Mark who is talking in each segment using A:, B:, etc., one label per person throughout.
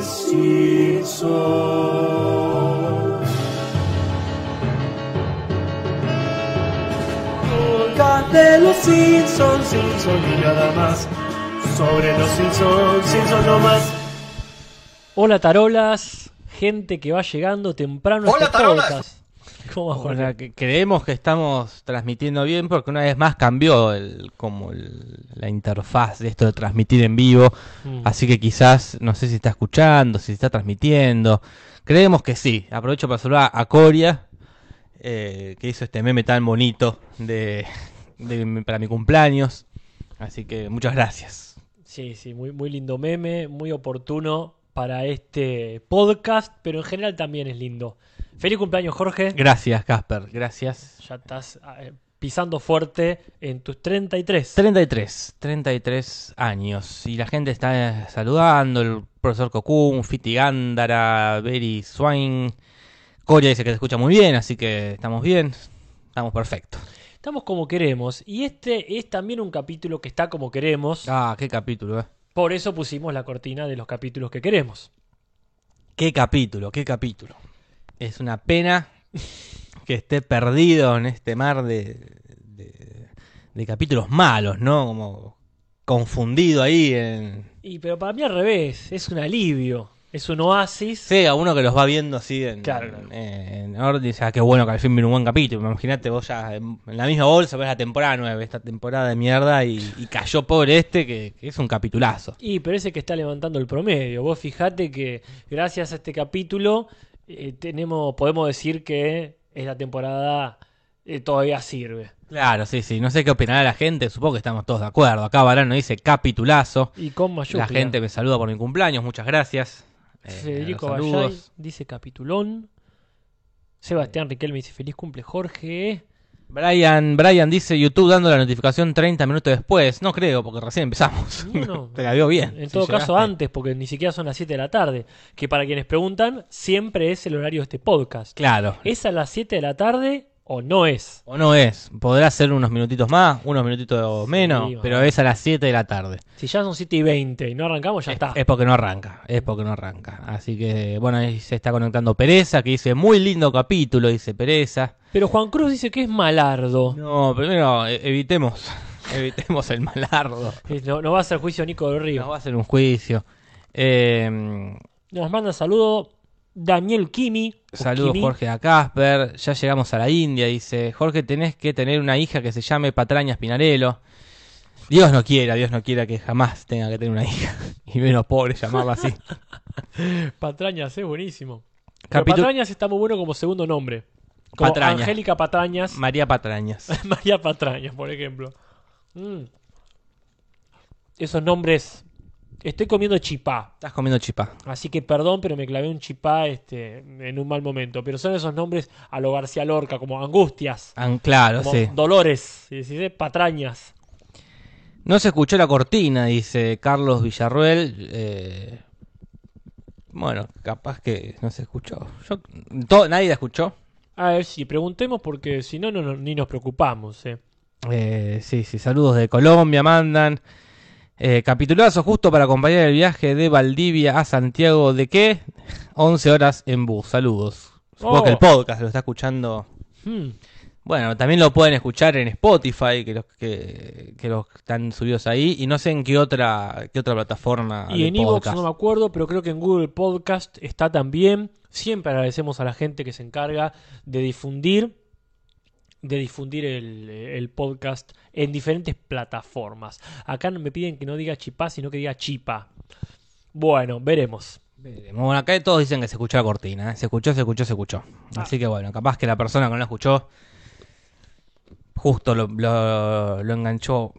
A: así soy. Podcast de los Simpsons, Simpsons y nada más. Sobre los Simpsons, Simpsons no más.
B: Hola tarolas, gente que va llegando temprano a
C: Hola,
B: este
C: tarolas.
B: podcast. ¿Cómo va, Jorge?
D: Hola, que- creemos que estamos transmitiendo bien porque una vez más cambió el, como el- la interfaz de esto de transmitir en vivo.
B: Mm.
D: Así que quizás, no sé si está escuchando, si está transmitiendo. Creemos que sí. Aprovecho para saludar a Coria, eh, que hizo este meme tan bonito de, de mi- para mi cumpleaños. Así que muchas gracias.
B: Sí, sí, muy, muy lindo meme, muy oportuno para este podcast, pero en general también es lindo. Feliz cumpleaños, Jorge.
D: Gracias, Casper. Gracias.
B: Ya estás eh, pisando fuerte en tus 33.
D: 33, 33 años. Y la gente está eh, saludando, el profesor Cocoon, Fiti Gándara, Berry Swain. Coria dice que te escucha muy bien, así que estamos bien. Estamos perfectos.
B: Estamos como queremos y este es también un capítulo que está como queremos.
D: Ah, qué capítulo, eh.
B: Por eso pusimos la cortina de los capítulos que queremos.
D: Qué capítulo, qué capítulo. Es una pena que esté perdido en este mar de, de- de capítulos malos, ¿no? Como confundido ahí en...
B: Y pero para mí al revés, es un alivio, es un oasis.
D: Sí, a uno que los va viendo así en,
B: Claro.
D: en, en orden, dice, ah, qué bueno que al fin vino un buen capítulo. Imagínate, vos ya en, en la misma bolsa ves la temporada 9, esta temporada de mierda, y, y cayó pobre este, que, que es un capitulazo.
B: Y pero ese que está levantando el promedio. Vos fijate que gracias a este capítulo eh, tenemos, podemos decir que esta temporada eh, todavía sirve.
D: Claro, sí, sí, no sé qué opinará la gente, supongo que estamos todos de acuerdo. Acá Barano dice capitulazo.
B: Y con mayúscula.
D: La gente me saluda por mi cumpleaños, muchas gracias. Eh,
B: Federico
D: los
B: Bayay
D: saludos.
B: dice capitulón. Sebastián Riquelme dice feliz cumple Jorge.
D: Brian, Brian dice YouTube dando la notificación 30 minutos después. No creo, porque recién empezamos.
B: No,
D: Te la vio bien.
B: En
D: si
B: todo caso
D: llegaste.
B: antes, porque ni siquiera son las 7 de la tarde. Que para quienes preguntan, siempre es el horario de este podcast.
D: Claro.
B: ¿Es a las 7 de la tarde o no es?
D: O no es. Podrá ser unos minutitos más, unos minutitos
B: Sí,
D: menos,
B: bueno.
D: pero es a las 7 de la tarde.
B: Si ya son 7 y 20 y no arrancamos, ya
D: Es-
B: está.
D: Es, porque no arranca, es porque no arranca. Así que, bueno, ahí se está conectando Pereza, que dice, muy lindo capítulo, dice Pereza.
B: Pero Juan Cruz dice que es malardo.
D: No, primero, e- evitemos, evitemos el malardo.
B: Eh, No, no va a ser juicio Nico del Río.
D: Nos va a hacer un juicio. Eh,
B: Nos manda saludo Daniel Kimi. o
D: Saludos
B: Kimi.
D: Jorge a Casper, ya llegamos a la India, dice Jorge, tenés que tener una hija que se llame Patrañas Pinarello. Dios no quiera, Dios no quiera que jamás tenga que tener una hija. Y menos pobre llamarla así.
B: Patrañas, es buenísimo. Pero
D: Capitu-
B: Patrañas está muy bueno como segundo nombre. Como
D: Patraña.
B: Angélica Patrañas,
D: María Patrañas.
B: María Patrañas, por ejemplo. Mm. Esos nombres. Estoy comiendo chipá.
D: Estás comiendo chipá.
B: Así que perdón, pero me clavé un chipá este, en un mal momento. Pero son esos nombres a lo García Lorca, como angustias,
D: An- Ah, claro,
B: como
D: sí.
B: dolores, y decís, patrañas.
D: No se escuchó la cortina, dice Carlos Villarruel. eh, bueno, capaz que no se escuchó. Yo- to- nadie la escuchó.
B: A ver si preguntemos porque si no, no, no- ni nos preocupamos. eh.
D: Eh, sí, sí, saludos de Colombia mandan. Eh, capitulazo justo para acompañar el viaje de Valdivia a Santiago de qué? 11 horas en bus, saludos. Supongo
B: Oh.
D: que el podcast lo está escuchando.
B: Hmm.
D: Bueno, también lo pueden escuchar en Spotify, que los que, que los que están subidos ahí, y no sé en qué otra, qué otra plataforma
B: Y
D: Ah, de
B: en Evox
D: podcast.
B: no me acuerdo, pero creo que en Google Podcast está también. Siempre agradecemos a la gente que se encarga de difundir de difundir el, el podcast en diferentes plataformas. Acá me piden que no diga chipá, sino que diga chipa. Bueno, veremos.
D: Veremos. Bueno, acá todos dicen que se escuchó la cortina, ¿eh? se escuchó, se escuchó, se escuchó. Así que bueno, capaz que la persona que no la escuchó justo lo, lo- lo enganchó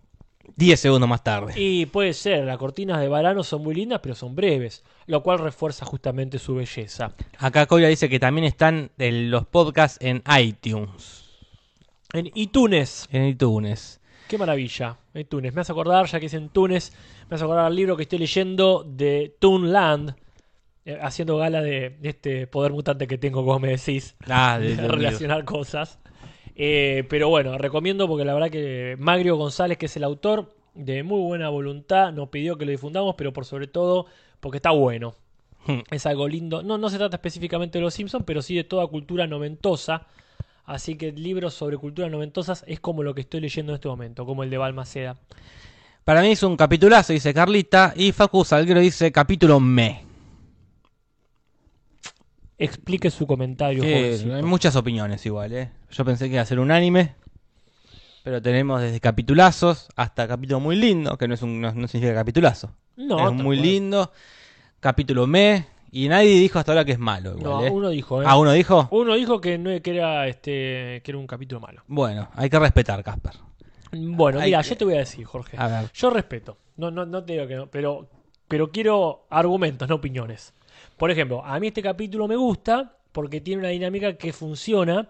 D: 10 segundos más tarde.
B: Y puede ser, las cortinas de verano son muy lindas, pero son breves, lo cual refuerza justamente su belleza.
D: Acá Coya dice que también están el- los podcasts en iTunes,
B: En iTunes,
D: en iTunes.
B: Qué maravilla, en Túnez. Me hace acordar, ya que es en Túnez, me hace acordar al libro que estoy leyendo de Toonland, eh, haciendo gala de, de este poder mutante que tengo, como me decís,
D: Ah, de-
B: de
D: de-
B: relacionar cosas. Eh, pero bueno, recomiendo porque la verdad que Magrio González, que es el autor, de muy buena voluntad, nos pidió que lo difundamos, pero por sobre todo porque está bueno. es algo lindo. No, no se trata específicamente de los Simpsons, pero sí de toda cultura noventosa. Así que libros sobre culturas noventosas es como lo que estoy leyendo en este momento, como el de Balmaceda.
D: Para mí es un capitulazo, dice Carlita. Y Facu Salguero dice capítulo me.
B: Explique su comentario.
D: Que
B: jovencito.
D: hay muchas opiniones igual, ¿eh? Yo pensé que iba a ser un anime. Pero tenemos desde capitulazos hasta capítulo muy lindo, que no, es un, no, no significa capitulazo.
B: No,
D: es
B: tal
D: muy
B: cual.
D: lindo. Capítulo me. Y nadie dijo hasta ahora que es malo. Igual,
B: No,
D: ¿eh?
B: uno dijo, ¿eh?
D: ¿Ah, uno dijo?
B: Uno dijo que, no, que, era, este, que era un capítulo malo.
D: Bueno, hay que respetar, Casper.
B: Bueno,
D: Hay
B: mira,
D: que-
B: yo te voy a decir, Jorge.
D: A ver.
B: Yo respeto. No, no, no te digo que no, pero, pero quiero argumentos, no opiniones. Por ejemplo, a mí este capítulo me gusta porque tiene una dinámica que funciona,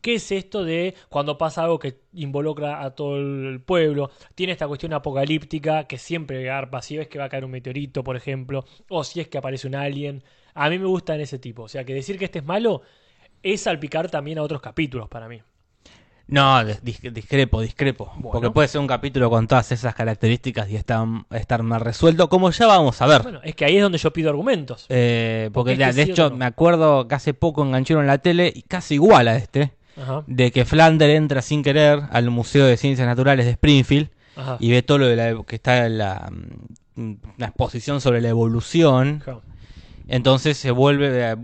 B: que es esto de cuando pasa algo que involucra a todo el pueblo. Tiene esta cuestión apocalíptica que siempre garpa, si ves que va a caer un meteorito, por ejemplo, o si es que aparece un alien. A mí me gustan ese tipo. O sea, que decir que este es malo es salpicar también a otros capítulos para mí.
D: No, dis- dis- discrepo, discrepo.
B: Bueno.
D: Porque puede ser un capítulo con todas esas características y está, estar mal resuelto, como ya vamos a ver.
B: Bueno, es que ahí es donde yo pido argumentos.
D: Eh,
B: Porque
D: porque
B: este
D: la- de
B: sí,
D: hecho,
B: otro no.
D: me acuerdo que hace poco engancharon la tele, y casi igual a este,
B: Ajá.
D: de que Flander entra sin querer al Museo de Ciencias Naturales de Springfield
B: Ajá.
D: y ve todo lo de la, que está en la, mm, la exposición sobre la evolución.
B: Ajá.
D: Entonces se vuelve a,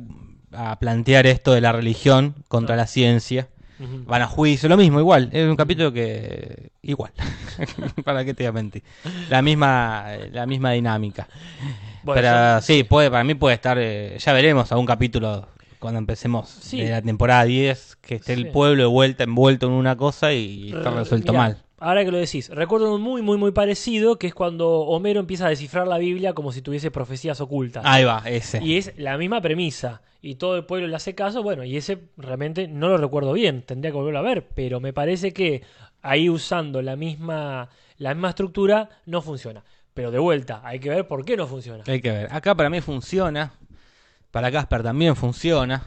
D: a plantear esto de la religión contra la ciencia.
B: Ujú.
D: Van a juicio, lo mismo, igual. Es un capítulo que. Igual. ¿Para qué te voy a mentir? La misma, la misma dinámica.
B: Bueno,
D: Pero
B: yo-
D: sí, puede, para mí puede estar. eh, ya veremos algún capítulo cuando empecemos
B: Sí.
D: de la temporada 10, que esté
B: Sí.
D: el pueblo de vuelta envuelto en una cosa y está
B: r-
D: resuelto
B: eh, mirá,
D: mal.
B: Ahora que lo decís, recuerdo un muy, muy, muy parecido, que es cuando Homero empieza a descifrar la Biblia como si tuviese profecías ocultas.
D: Ahí va, ese.
B: Y es la misma premisa. Y todo el pueblo le hace caso. Bueno, y ese realmente no lo recuerdo bien. Tendría que volverlo a ver. Pero me parece que ahí usando la misma, la misma estructura no funciona. Pero de vuelta, hay que ver por qué no funciona.
D: Hay que ver. Acá para mí funciona. Para Casper también funciona.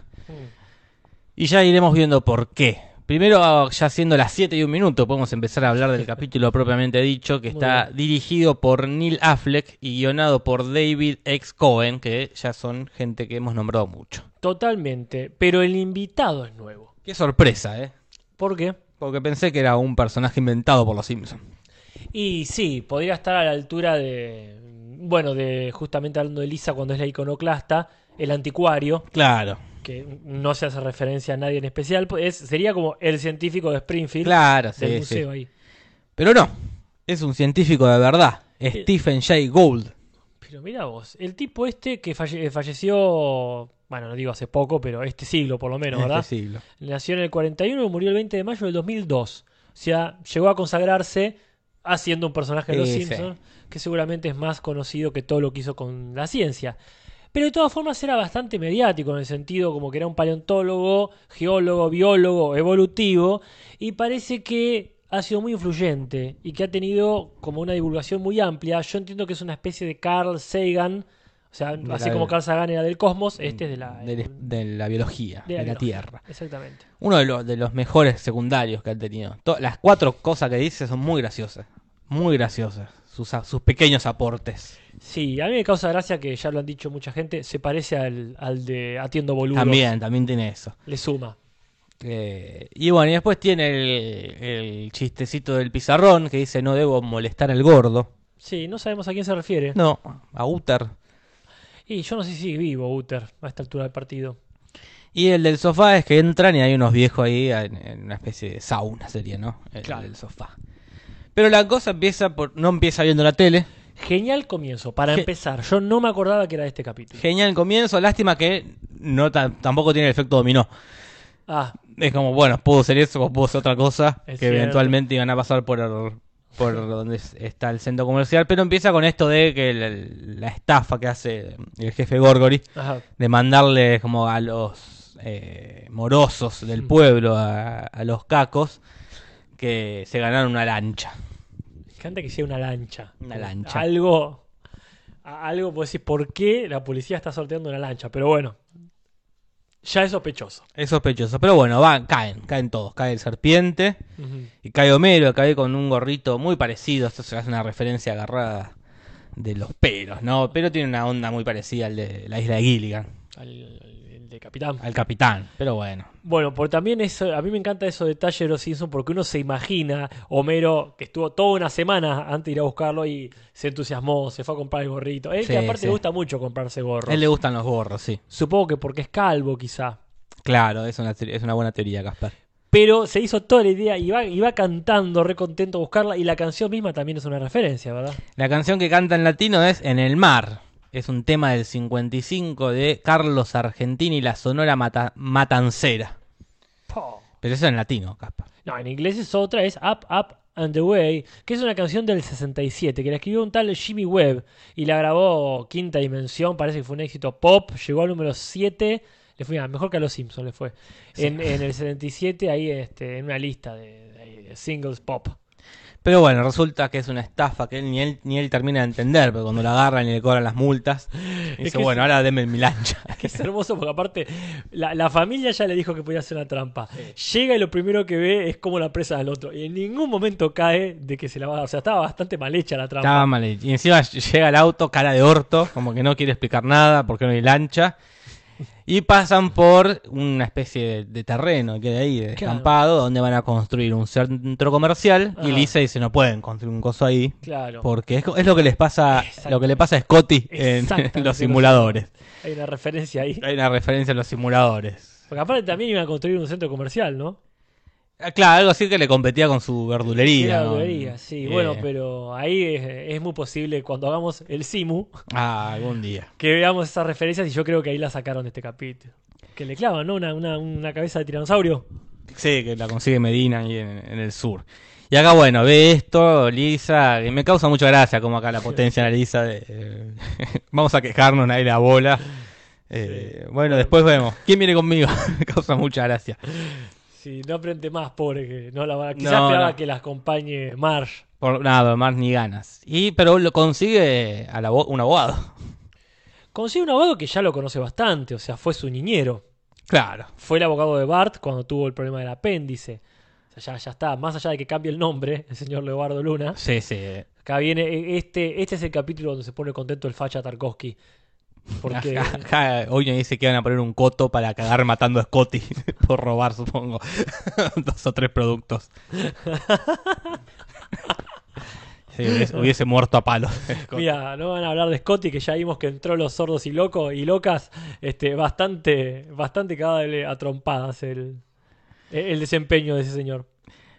D: Y ya iremos viendo por qué. Primero, ya siendo las 7 y un minuto, podemos empezar a hablar del capítulo propiamente dicho, que
B: Muy
D: está
B: bien.
D: dirigido por Neil Affleck y guionado por David X. Cohen, que ya son gente que hemos nombrado mucho.
B: Totalmente. Pero el invitado es nuevo.
D: Qué sorpresa, ¿eh?
B: ¿Por qué?
D: Porque pensé que era un personaje inventado por los Simpsons.
B: Y sí, podría estar a la altura de. Bueno, de justamente hablando de Lisa cuando es la iconoclasta, el anticuario,
D: Claro.
B: que no se hace referencia a nadie en especial, pues, es- sería como el científico de Springfield
D: Claro,
B: del
D: sí, sí.
B: museo ahí.
D: Pero no, es un científico de verdad, Stephen Jay Gould.
B: Pero mira vos, el tipo este que falle- falleció, bueno, no digo hace poco, pero este siglo por lo menos,
D: en
B: ¿verdad?
D: este siglo.
B: Nació en el 41 y murió el 20 de mayo del 2002. O sea, llegó a consagrarse haciendo un personaje de Los
D: Sí,
B: Simpsons, que seguramente es más conocido que todo lo que hizo con la ciencia. Pero de todas formas era bastante mediático en el sentido como que era un paleontólogo, geólogo, biólogo, evolutivo, y parece que ha sido muy influyente y que ha tenido como una divulgación muy amplia. Yo entiendo que es una especie de Carl Sagan, o sea,
D: De
B: así
D: la-
B: como Carl Sagan era del cosmos, este es de la,
D: Del- de la biología, de la
B: biología.
D: Tierra.
B: Exactamente.
D: Uno de los, de los mejores secundarios que han tenido. To- las cuatro cosas que dice son muy graciosas. Muy graciosas. Sus, a- sus pequeños aportes.
B: Sí, a mí me causa gracia que ya lo han dicho mucha gente, se parece al, al de Atiendo Boludo.
D: También, también tiene eso.
B: Le suma.
D: Eh, y bueno, y después tiene el, el chistecito del pizarrón que dice no debo molestar al gordo.
B: Sí, no sabemos a quién se refiere.
D: No, a Uter.
B: Y yo no sé si sigue vivo Uter a esta altura del partido.
D: Y el del sofá es que entran y hay unos viejos ahí en, en una especie de sauna sería, ¿no? El
B: Claro.
D: del sofá. Pero la cosa empieza por... No empieza viendo la tele.
B: Genial comienzo, para
D: Ge-
B: empezar. Yo no me acordaba que era de este capítulo.
D: Genial el comienzo. Lástima que no ta- tampoco tiene el efecto dominó.
B: Ah,
D: Es como, bueno, pudo ser eso o pudo ser otra cosa
B: Es
D: que
B: cierto.
D: eventualmente iban a pasar por el- por donde es- está el centro comercial. Pero empieza con esto de que la, la estafa que hace el jefe Gorgory
B: ajá.
D: de mandarle como a los eh, morosos del pueblo, a, a los cacos, que se ganaron una lancha.
B: Me encanta que sea una lancha.
D: Una lancha.
B: Algo. a- Algo, puedo decir, ¿por qué la policía está sorteando una lancha? Pero bueno, ya es sospechoso.
D: Es sospechoso. Pero bueno, van, caen, caen todos. Cae el serpiente.
B: Ujú.
D: Y cae Homero, cae con un gorrito muy parecido. Esto se hace una referencia agarrada de los pelos, ¿no? Pero tiene una onda muy parecida al de la isla de Gilligan,
B: al, al- el de Capitán.
D: al capitán, pero bueno.
B: Bueno, por también eso, a mí me encanta esos detalles de los Simpsons porque uno se imagina Homero que estuvo toda una semana antes de ir a buscarlo y se entusiasmó, se fue a comprar el gorrito. Él
D: Sí,
B: que aparte
D: sí.
B: le gusta mucho comprarse gorros.
D: A él le gustan los gorros, sí.
B: Supongo que porque es calvo quizá.
D: Claro, es una, teor- es una buena teoría, Casper.
B: Pero se hizo toda la idea y va, y va cantando, re contento a buscarla. Y la canción misma también es una referencia, ¿verdad?
D: La canción que canta en latino es En el mar. Es un tema del 55 de Carlos Argentini y la Sonora Mata- Matancera.
B: Po.
D: Pero eso en latino, Casper.
B: No, en inglés es otra, es Up, Up and Away, que es una canción del 67, que la escribió un tal Jimmy Webb y la grabó Quinta Dimensión, parece que fue un éxito pop, llegó al número 7, le fue ah, mejor que a Los Simpsons, le fue. En, en el 77, ahí este, en una lista de, de- de singles pop.
D: Pero bueno, resulta que es una estafa que él ni, él ni él termina de entender, pero cuando la agarran y le cobran las multas,
B: que
D: dice, bueno,
B: es-
D: ahora deme mi lancha.
B: Que es hermoso porque aparte la, la familia ya le dijo que podía hacer una trampa. Llega y lo primero que ve es cómo la presa al otro. Y en ningún momento cae de que se la va a dar. O sea, estaba bastante mal hecha la trampa.
D: Estaba mal hecho. Y encima llega el auto, cara de orto, como que no quiere explicar nada porque no hay lancha. Y pasan por una especie de, de terreno que hay ahí,
B: Claro.
D: de descampado, donde van a construir un centro comercial.
B: Ajá.
D: Y Lisa dice, no pueden construir un coso ahí.
B: Claro.
D: Porque es, co- es lo que les pasa, lo que le pasa a Scotty en
B: Exactamente,
D: los
B: los
D: simuladores.
B: Hay una referencia ahí.
D: Hay una referencia a los simuladores.
B: Porque aparte también iban a construir un centro comercial, ¿no?
D: Ah, Claro, algo así que le competía con su verdulería.
B: Era
D: ¿no?
B: droguería, sí.
D: Eh,
B: Bueno, pero ahí es, es muy posible cuando hagamos el Simu
D: Ah, algún día.
B: que veamos esas referencias y yo creo que ahí la sacaron de este capítulo. Que le clavan, ¿no? Una, una, una cabeza de tiranosaurio.
D: Sí, que la consigue Medina ahí en, en el sur. Y acá, bueno, ve esto, Lisa, y me causa mucha gracia como acá la potencia analiza de... eh, vamos a quejarnos, nadie la bola. Eh, bueno, después vemos. ¿Quién viene conmigo? me causa mucha gracia.
B: Sí, no aprende más, pobre. Que no la van a- Quizás
D: No,
B: esperaba
D: no.
B: que las acompañe Marsh.
D: Por nada, más ni ganas. Y, pero lo consigue al abo- un abogado.
B: Consigue un abogado que ya lo conoce bastante, o sea, fue su niñero.
D: Claro.
B: Fue el abogado de Bart cuando tuvo el problema del apéndice. O sea, ya, ya está, más allá de que cambie el nombre, el señor Leobardo Luna.
D: Sí, sí.
B: Acá viene, eh, este, este es el capítulo donde se pone contento el facha Tarkovsky. Porque
D: Acá, acá hoy me dice que van a poner un coto para cagar matando a Scotty por robar, supongo, dos o tres productos. Sí, hubiese, hubiese muerto a palos.
B: Mira, no van a hablar de Scotty, que ya vimos que entró los sordos y locos y locas, este, bastante, bastante cagándole a trompadas el, e, el desempeño de ese señor.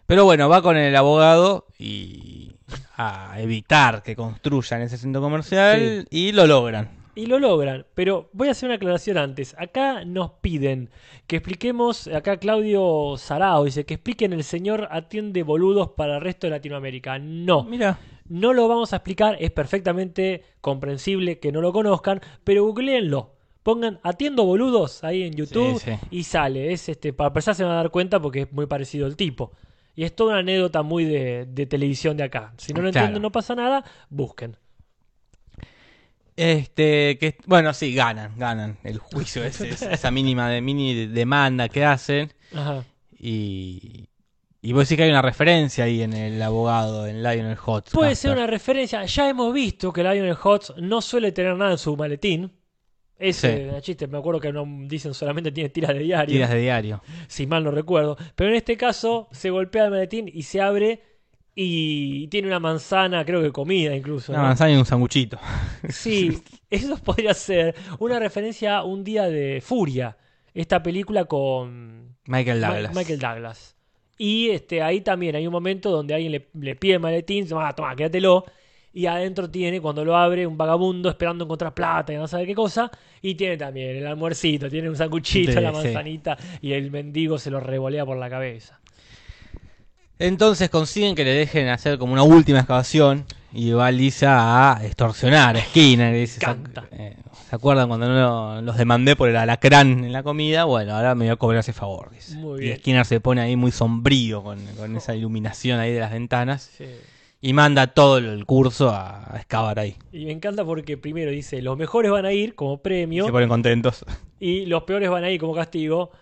D: Pero bueno, va con el abogado y a evitar que construyan ese centro comercial y lo logran.
B: Y lo logran, pero voy a hacer una aclaración antes. Acá nos piden que expliquemos, acá Claudio Sarao dice que expliquen el señor atiende boludos para el resto de Latinoamérica. No.
D: Mira,
B: No lo vamos a explicar, es perfectamente comprensible que no lo conozcan, pero googleenlo. Pongan Atiendo Boludos ahí en YouTube
D: Sí, sí.
B: y sale. Es este, para empezar se van a dar cuenta porque es muy parecido el tipo. Y es toda una anécdota muy de, de televisión de acá. Si no lo
D: Claro.
B: entienden, no pasa nada, busquen.
D: Este, que bueno, sí, ganan, ganan el juicio, ese- esa mínima de mini demanda que hacen.
B: Ajá.
D: Y, y vos decís que hay una referencia ahí en el abogado, en Lionel Hot.
B: Puede ser una referencia. Ya hemos visto que Lionel Hotz no suele tener nada en su maletín. Ese era el chiste, me acuerdo que no dicen solamente tiene tiras de diario.
D: Tiras de diario.
B: si mal no recuerdo. Pero en este caso se golpea el maletín y se abre y tiene una manzana, creo que comida incluso.
D: Una
B: ¿no?
D: manzana y un sanguchito.
B: Sí, eso podría ser una referencia a un día de furia. Esta película con
D: Michael
B: Ma-
D: Douglas.
B: Michael Douglas. Y este, ahí también hay un momento donde alguien le, le pide el maletín, se va, toma, quédatelo. Y adentro tiene, cuando lo abre, un vagabundo esperando encontrar plata y no sabe qué cosa. Y tiene también el almuercito, tiene un sanguchito,
D: Sí,
B: la
D: sí.
B: manzanita. Y el mendigo se lo revolea por la cabeza.
D: Entonces consiguen que le dejen hacer como una última excavación y va Lisa a extorsionar a Skinner. y le dice, "Sac-
B: Canta.
D: eh, ¿Se acuerdan cuando no los demandé por el alacrán en la comida? Bueno, ahora me voy a cobrar ese favor. dice.
B: Muy
D: Y
B: bien.
D: Skinner se pone ahí muy sombrío con, con esa iluminación ahí de las ventanas y manda todo el curso a, a excavar ahí.
B: Y me encanta porque primero dice, los mejores van a ir como premio.
D: Se ponen contentos.
B: y los peores van ahí como castigo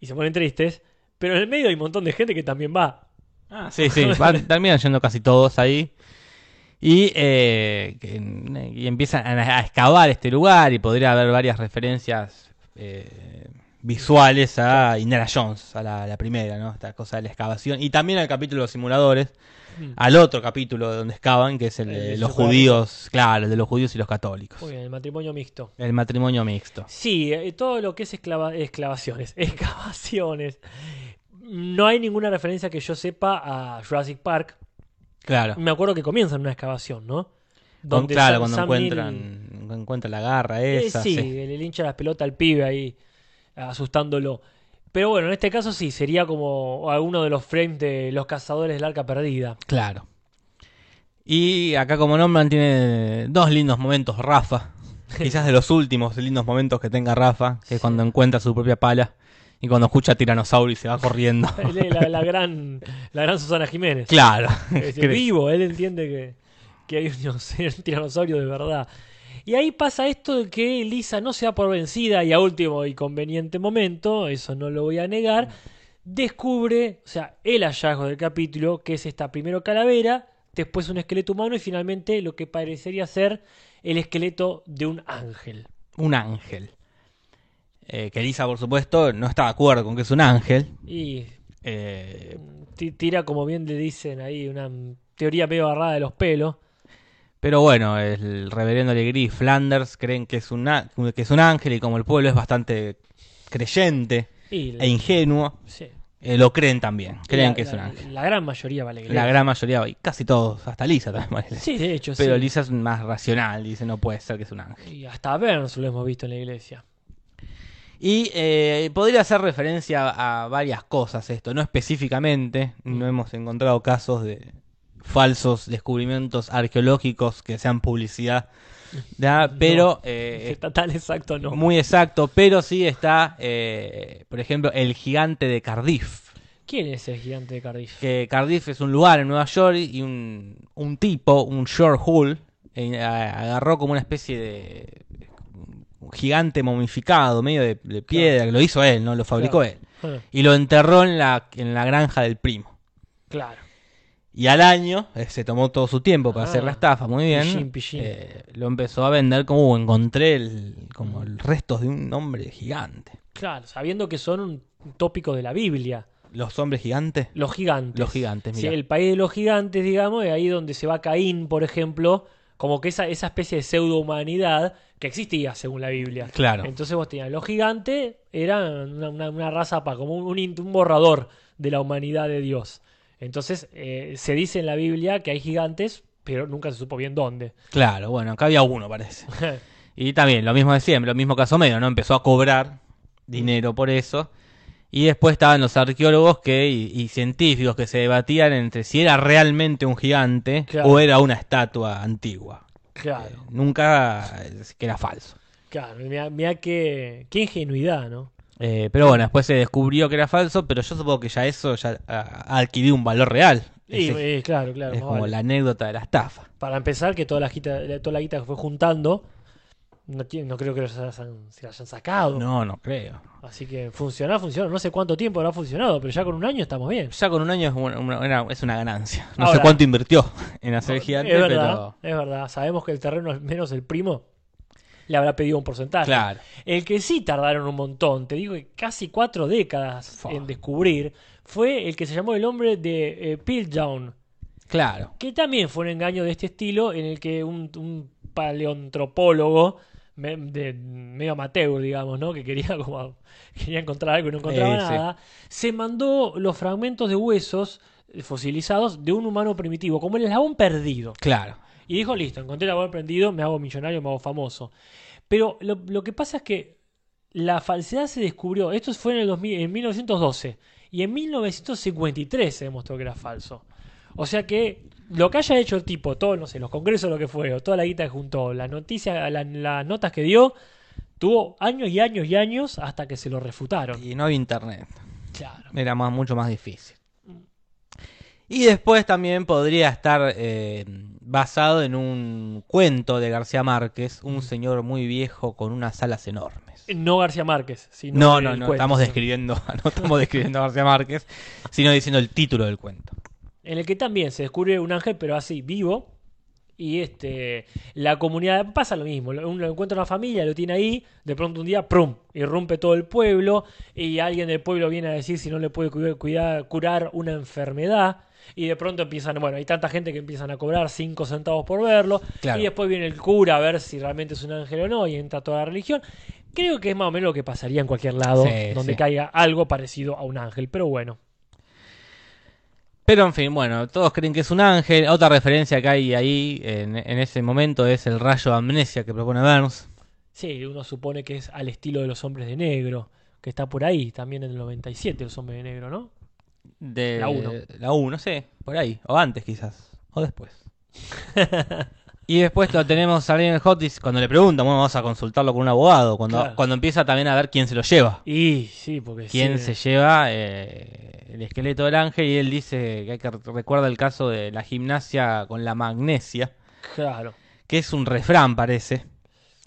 B: y se ponen tristes. Pero en el Ah, medio hay un montón de gente que también va.
D: Sí, sí, van- terminan yendo casi todos ahí. Y, eh, que- y empiezan a, a excavar este lugar y podría haber varias referencias eh, visuales a Indiana Jones, a la, a la primera, ¿no? Esta cosa de la excavación. Y también al capítulo de los simuladores,
B: Mm.
D: al otro capítulo de donde excavan, que es el
B: El
D: de
B: de
D: los
B: secuaces.
D: judíos, claro, el de los judíos y los católicos.
B: Muy bien, el matrimonio mixto.
D: El matrimonio mixto.
B: Sí, eh, todo lo que es esclava- exclavaciones, excavaciones. No hay ninguna referencia que yo sepa a Jurassic Park.
D: Claro.
B: Me acuerdo que comienzan una excavación, ¿no?
D: Con- claro,
B: Sam-
D: cuando
B: Sam Neill-
D: encuentran, cuando encuentran la garra
B: Eh,
D: esa.
B: sí,
D: sí.
B: le hincha las pelotas al pibe ahí, asustándolo. Pero bueno, en este caso sí, sería como alguno de los frames de los cazadores del arca perdida.
D: Claro. Y acá como nombran tiene dos lindos momentos Rafa. Quizás de los últimos lindos momentos que tenga Rafa, que es
B: Sí.
D: cuando encuentra su propia pala y cuando escucha a Tiranosaurio y se va corriendo.
B: La, la gran, la gran Susana Jiménez.
D: claro.
B: Es decir, vivo, él entiende que, que hay un, dinos- un tiranosaurio de verdad. Y ahí pasa esto de que Lisa no se da por vencida y a último y conveniente momento, eso no lo voy a negar, descubre, o sea, el hallazgo del capítulo, que es esta primero calavera, después un esqueleto humano y finalmente lo que parecería ser el esqueleto de un ángel.
D: Un ángel. Eh, que Lisa, por supuesto, no está de acuerdo con que es un ángel.
B: Y
D: Eh,
B: ti- tira, como bien le dicen ahí, una teoría medio agarrada de los pelos.
D: Pero bueno, el reverendo Alegrí y Flanders creen que es, un á- que es un ángel y como el pueblo es bastante creyente
B: Y
D: e ingenuo,
B: sí.
D: eh, lo creen también. Creen
B: La-
D: que es un
B: la-
D: ángel.
B: La gran mayoría vale
D: La gran mayoría, y casi todos, hasta Lisa también. parece.
B: Sí, de hecho,
D: Pero
B: sí.
D: Lisa es más racional, dice, no puede ser que es un ángel.
B: Y hasta a Burns lo hemos visto en la iglesia.
D: Y eh, podría hacer referencia a varias cosas esto, no específicamente, no hemos encontrado casos de falsos descubrimientos arqueológicos que sean publicidad, ¿da? pero eh,
B: Está tan exacto, no.
D: Muy exacto, pero sí está, eh, por ejemplo, el gigante de Cardiff.
B: ¿Quién es el gigante de Cardiff?
D: Que Cardiff es un lugar en Nueva York y un, un tipo, un short hull, eh, a- agarró como una especie de un gigante momificado, medio de, de piedra, que lo hizo él, ¿no? Lo fabricó
B: Claro.
D: él.
B: Ah,
D: Y lo enterró en la, en la granja del primo.
B: claro.
D: Y al año, eh, se tomó todo su tiempo para
B: Ah,
D: hacer la estafa, muy bien.
B: pillín, pillín.
D: eh, lo empezó a vender como "Uh, encontré el- como el restos de un hombre gigante.
B: Claro, sabiendo que son un tópico de la Biblia.
D: Los hombres gigantes.
B: Los gigantes.
D: Los gigantes,
B: Sí,
D: mira.
B: el país de los gigantes, digamos, es ahí donde se va Caín, por ejemplo. Como que esa, esa especie de pseudo-humanidad que existía según la Biblia.
D: Claro.
B: Entonces vos tenías los gigantes, eran una, una- una raza pa- como un, int- un borrador de la humanidad de Dios. Entonces eh, se dice en la Biblia que hay gigantes, pero nunca se supo bien dónde.
D: Claro, bueno, acá había uno, parece. Y también, lo mismo de siempre, lo mismo caso medio, ¿no? Empezó a cobrar
B: Mm.
D: dinero por eso. Y después estaban los arqueólogos que, y, y científicos que se debatían entre si era realmente un gigante
B: Claro.
D: o era una estatua antigua. Eh,
B: claro,
D: nunca eh, que era falso.
B: claro. Mirá, mirá qué, qué ingenuidad, ¿no?
D: Eh, pero bueno, después se descubrió que era falso, pero yo supongo que ya eso ya ah, ha adquirido un valor real.
B: Y,
D: Ese-
B: eh, claro, claro.
D: es
B: más
D: como
B: vale.
D: la anécdota de la estafa.
B: Para empezar, que toda la, guita, la- toda la guita que fue juntando, no, tiene- no creo que se la hayan, se la hayan sacado.
D: No, no creo.
B: Así que funcionar, funcionó. No sé cuánto tiempo habrá funcionado, pero ya con un año estamos bien.
D: Ya con un año es una, una- una- es una ganancia. No sé
B: Ahora-
D: cuánto invirtió en hacer el gigante,
B: es verdad,
D: pero.
B: es verdad. Sabemos que el terreno, al menos el primo, le habrá pedido un porcentaje.
D: Claro.
B: El que sí tardaron un montón, te digo que casi cuatro décadas
D: Fua.
B: en descubrir, fue el que se llamó el hombre de eh, Piltdown,
D: Claro.
B: que también fue un engaño de este estilo en el que un, un paleontropólogo me- de- medio amateur, digamos, ¿no? Que quería como quería encontrar algo y no encontraba
D: Eh, sí.
B: nada, se mandó los fragmentos de huesos eh, fosilizados de un humano primitivo, como el eslabón perdido.
D: Claro.
B: Y dijo, listo, encontré el labor prendido, me hago millonario, me hago famoso. Pero lo, lo que pasa es que la falsedad se descubrió, esto fue en, el 2000 en 1912, y en 1953 se demostró que era falso. O sea que lo que haya hecho el tipo, todo, no sé, los congresos, lo que fue, o toda la guita que juntó, las noticias, la- las notas que dio, tuvo años y años y años hasta que se lo refutaron.
D: Y no había internet.
B: Claro.
D: Era más, mucho más difícil. Mm. Y después también podría estar eh, basado en un cuento de García Márquez, un señor muy viejo con unas alas enormes.
B: No García Márquez, sino
D: No,
B: el
D: no, no,
B: cuento.
D: estamos describiendo, no estamos describiendo a García Márquez, sino diciendo el título del cuento.
B: en el que también se descubre un ángel, pero así, vivo, Y este, la comunidad pasa lo mismo. lo- Uno encuentra una familia, lo tiene ahí, de pronto un día, ¡prum! irrumpe todo el pueblo y alguien del pueblo viene a decir si no le puede cuidar, cuidar- curar una enfermedad. Y de pronto empiezan, bueno, hay tanta gente que empiezan a cobrar 5 centavos por verlo.
D: Claro.
B: Y después viene el cura a ver si realmente es un ángel o no y entra toda la religión. Creo que es más o menos lo que pasaría en cualquier lado
D: Sí,
B: donde
D: sí.
B: caiga algo parecido a un ángel. Pero bueno,
D: Pero en fin, bueno, todos creen que es un ángel. Otra referencia que hay ahí en, en ese momento es el rayo de amnesia que propone Burns.
B: sí, uno supone que es al estilo de los hombres de negro, que está por ahí también en el 97, los hombres de negro, ¿no?
D: De,
B: La uno.
D: La 1, sí, por ahí. O antes quizás. O después. y después lo tenemos a en Hotis cuando le preguntan, bueno, vamos a consultarlo con un abogado. Cuando,
B: Claro.
D: cuando empieza también a ver quién se lo lleva.
B: Y sí, porque
D: quién
B: sí,
D: se lleva eh, el esqueleto del ángel y él dice que, hay que recuerda el caso de la gimnasia con la magnesia,
B: Claro.
D: que es un refrán parece,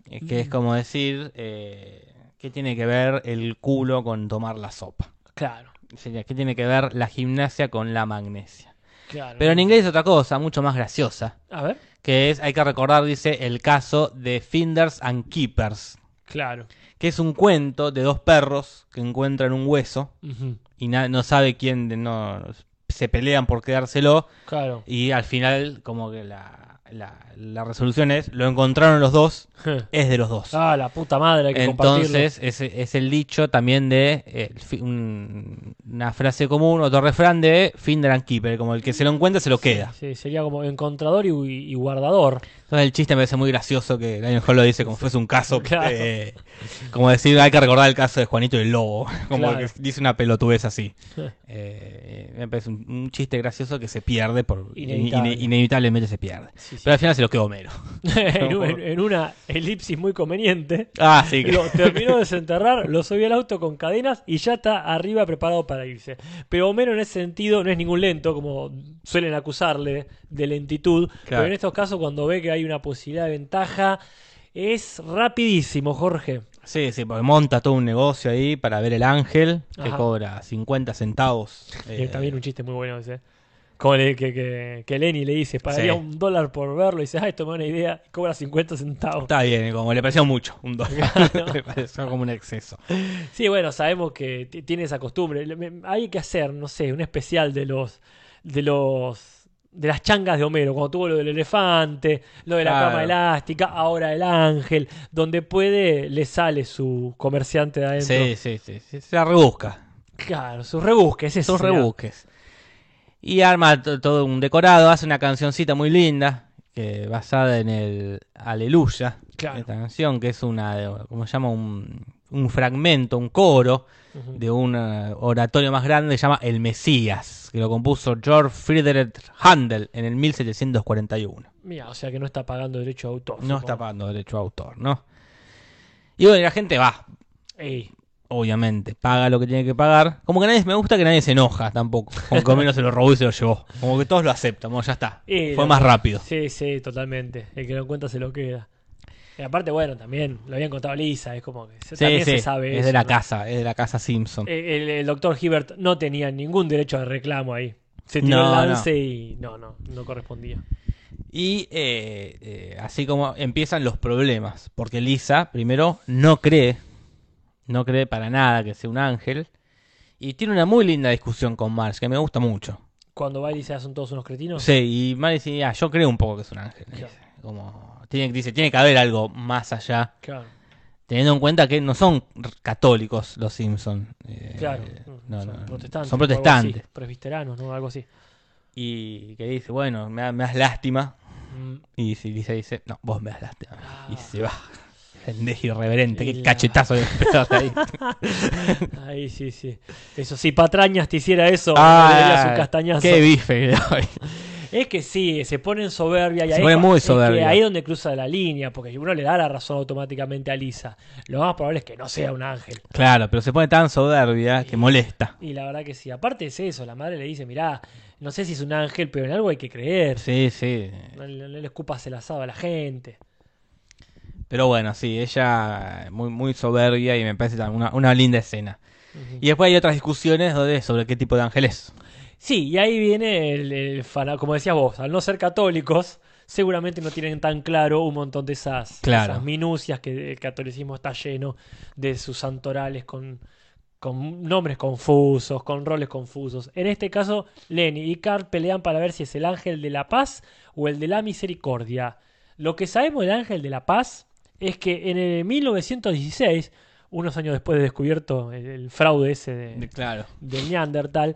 D: eh, que es como decir eh, qué tiene que ver el culo con tomar la sopa.
B: Claro,
D: Sería qué tiene que ver la gimnasia con la magnesia.
B: claro.
D: Pero en inglés es otra cosa, mucho más graciosa,
B: A ver,
D: que es hay que recordar dice el caso de Finders and Keepers,
B: claro.
D: que es un cuento de dos perros que encuentran un hueso
B: Ujú,
D: y na- no sabe quién de- no se pelean por quedárselo
B: Claro.
D: y al final como que la, la- la resolución es lo encontraron los dos es de los dos
B: Ah, la puta madre, hay que compartirlo.
D: entonces es, es el dicho también de eh, el fi- un- una frase común otro refrán de finder and keeper como el que se lo encuentra se lo queda
B: Sí, sería como encontrador y, y guardador.
D: entonces el chiste me parece muy gracioso que Daniel Hall lo dice como si fuese un caso
B: Claro.
D: eh, como decir hay que recordar el caso de Juanito y el Lobo como
B: Claro.
D: que dice una pelotudez así Eh, me parece un, un chiste gracioso que se pierde, por,
B: Inevitable.
D: ine- inevitablemente se pierde.
B: Sí, sí.
D: Pero al final se lo quedó Homero.
B: en, un- en- en una elipsis muy conveniente.
D: Ah, sí. que-
B: Lo terminó de desenterrar, lo subió al auto con cadenas y ya está arriba preparado para irse. Pero Homero en ese sentido no es ningún lento, como suelen acusarle de lentitud. Pero en estos casos, cuando ve que hay una posibilidad de ventaja, es rapidísimo, Jorge.
D: Sí, sí, porque monta todo un negocio ahí para ver el ángel, que
B: Ajá.
D: cobra 50 centavos.
B: Y
D: eh,
B: también un chiste muy bueno ese. Como el que, que, que Lenny le dice, pagaría
D: Sí.
B: un dólar por verlo, y dice, ah, esto me da una idea, y cobra 50 centavos.
D: Está bien, como le pareció mucho, un dólar. Le pareció como un exceso.
B: Sí, bueno, sabemos que t- tiene esa costumbre. Le- me- Hay que hacer, no sé, un especial de los de los de las changas de Homero, cuando tuvo lo del elefante, lo de la
D: Claro.
B: cama elástica, ahora el ángel, donde puede le sale su comerciante de adentro.
D: Sí, sí, sí, sí, Se la rebusca.
B: Claro, sus rebusques, eso.
D: Son
B: era.
D: rebusques. Y arma to- todo un decorado, hace una cancioncita muy linda, que basada en el Aleluya,
B: Claro.
D: esta canción, que es una, como se llama, un, un fragmento, un coro
B: Ujú.
D: de un eh, oratorio más grande que se llama El Mesías, que lo compuso George Friedrich Handel en el 1741.
B: Mira, o sea que no está pagando derecho de autor.
D: No
B: supongo.
D: está pagando derecho de autor, ¿no? Y bueno, y la gente va,
B: Ey,
D: obviamente, paga lo que tiene que pagar. Como que nadie, me gusta que nadie se enoja tampoco. Como que Homero se lo robó y se lo llevó. Como que todos lo aceptan, bueno, ya está.
B: Eh,
D: Fue
B: lo-
D: más rápido.
B: Sí, sí, totalmente. El que lo encuentra se lo queda. Y aparte, bueno, también lo habían contado Lisa, es como que se,
D: Sí,
B: también
D: sí,
B: se sabe
D: es de
B: eso,
D: la
B: ¿no?
D: casa, es de la casa Simpson.
B: Eh, El, doctor Hibbert no tenía ningún derecho de reclamo ahí. Se tiró
D: No,
B: el lance y no, no, no correspondía.
D: Y eh, eh, así como empiezan los problemas, porque Lisa, primero, no cree, no cree para nada que sea un ángel, y tiene una muy linda discusión con Marge, que me gusta mucho.
B: Cuando va y dice, "Ah, son todos unos cretinos.
D: Sí, y Marge dice, "Ah, yo creo un poco que es un ángel.
B: Claro.
D: dice. Como, tiene, dice, tiene que haber algo más allá,
B: Claro.
D: teniendo en cuenta que no son r- católicos los Simpson. eh,
B: Claro, Mm,
D: no,
B: son
D: no,
B: protestantes.
D: Son
B: o algo así,
D: protestantes.
B: presbiteranos, ¿no? Algo así.
D: Y que dice, bueno, me, da- me das lástima,
B: Mm,
D: Y si Lisa dice, no, vos me das lástima.
B: Ah.
D: Y se va. Pendejo irreverente,
B: Y
D: qué
B: la-
D: cachetazo de pegar ahí.
B: Ahí sí, sí. Eso, si Patrañas te hiciera eso,
D: Ah,
B: le darías un castañazo.
D: Qué bife que le doy.
B: Es que sí, se pone en soberbia. Y
D: Se
B: ahí
D: pone
B: cua-
D: muy
B: es que
D: soberbia.
B: ahí es donde cruza la línea, porque uno le da la razón automáticamente a Lisa. Lo más probable es que no sea un ángel.
D: Claro, pero se pone tan soberbia que molesta.
B: Y la verdad que sí. Aparte es eso, la madre le dice, mirá, no sé si es un ángel, pero en algo hay que creer.
D: Sí, sí.
B: No, le- no le escupas el asado a la gente.
D: Pero bueno, sí, ella eh, muy, muy soberbia y me parece tan- una, una linda escena.
B: Ujú.
D: Y después hay otras discusiones donde- sobre qué tipo de ángel es.
B: Sí, y ahí viene el, el fana- como decías vos, al no ser católicos, seguramente no tienen tan claro un montón de esas,
D: Claro.
B: esas minucias que el catolicismo está lleno de sus santorales con, con nombres confusos, con roles confusos. En este caso, Lenny y Carl pelean para ver si es el ángel de la paz o el de la misericordia. Lo que sabemos del ángel de la paz es que en el 1916, unos años después de descubierto el, el fraude ese de,
D: Claro.
B: del Neandertal,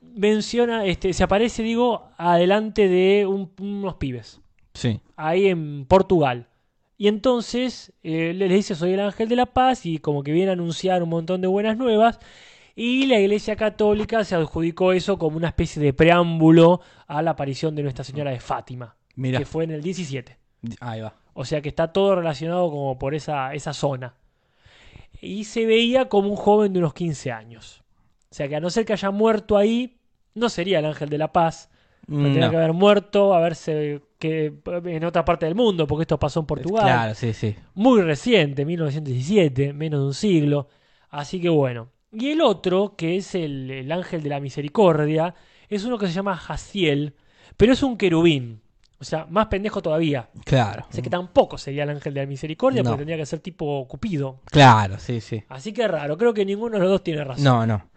B: menciona, este, se aparece, digo, adelante de un- unos pibes,
D: Sí.
B: ahí en Portugal. Y entonces eh, le, le dice, soy el ángel de la paz, y como que viene a anunciar un montón de buenas nuevas, y la Iglesia Católica se adjudicó eso como una especie de preámbulo a la aparición de Nuestra Señora de Fátima,
D: Mira.
B: que fue en el 17.
D: Ahí va.
B: O sea que está todo relacionado como por esa, esa zona. Y se veía como un joven de unos 15 años. O sea que a no ser que haya muerto ahí, no sería el ángel de la paz. Tendría
D: Mm, No.
B: que haber muerto, haberse que en otra parte del mundo, porque esto pasó en Portugal.
D: Claro, sí, sí.
B: Muy reciente, 1917, menos de un siglo. Así que bueno. Y el otro, que es el, el ángel de la misericordia, es uno que se llama Jaciel, pero es un querubín. O sea, más pendejo todavía.
D: Claro.
B: O sea que tampoco sería el ángel de la misericordia,
D: Mm. No.
B: porque tendría que ser tipo Cupido.
D: Claro, sí, sí.
B: Así que raro, creo que ninguno de los dos tiene razón.
D: No, no.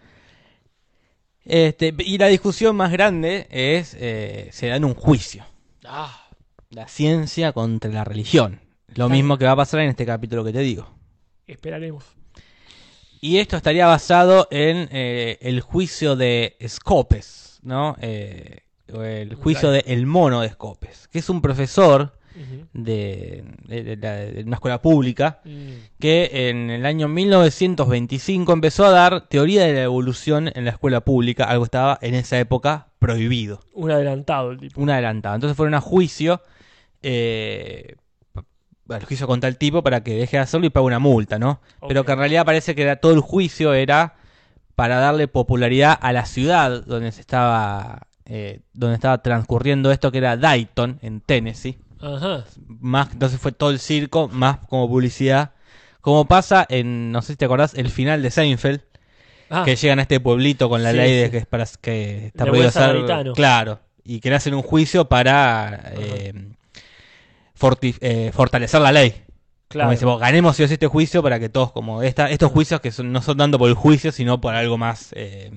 D: Este, y la discusión más grande es, eh, se da en un juicio.
B: Ah,
D: La ciencia contra la religión. Lo
B: Claro.
D: mismo que va a pasar en este capítulo que te digo.
B: esperaremos.
D: Y esto estaría basado en eh, el juicio de Scopes, ¿no? Eh, o el juicio de El Mono de Scopes, que es un profesor
B: Ujú.
D: de, de- de la- de una escuela pública
B: Mm.
D: que en el año 1925 empezó a dar teoría de la evolución en la escuela pública, algo que estaba en esa época prohibido,
B: Un adelantado el tipo.
D: un adelantado. Entonces fueron a juicio, eh, al juicio contra el tipo para que deje de hacerlo y pague una multa, ¿no? Pero
B: Ok.
D: que en realidad parece que era todo el juicio era para darle popularidad a la ciudad donde se estaba eh, donde estaba transcurriendo esto que era Dayton en Tennessee.
B: Ajá.
D: Más entonces fue todo el circo, más como publicidad. Como pasa en no sé si te acordás el final de Seinfeld,
B: Ah,
D: que llegan a este pueblito con la
B: Sí,
D: ley de
B: sí.
D: que es para que está
B: De
D: prohibido
B: buen
D: hacer-
B: samaritano.
D: claro, y que le hacen un juicio para eh, forti- eh, fortalecer la ley. Como
B: claro. Mm.
D: dice, "Vos, ganemos si o sí este juicio para que todos, como esta, estos juicios que son- no son tanto por el juicio, sino por algo más. eh,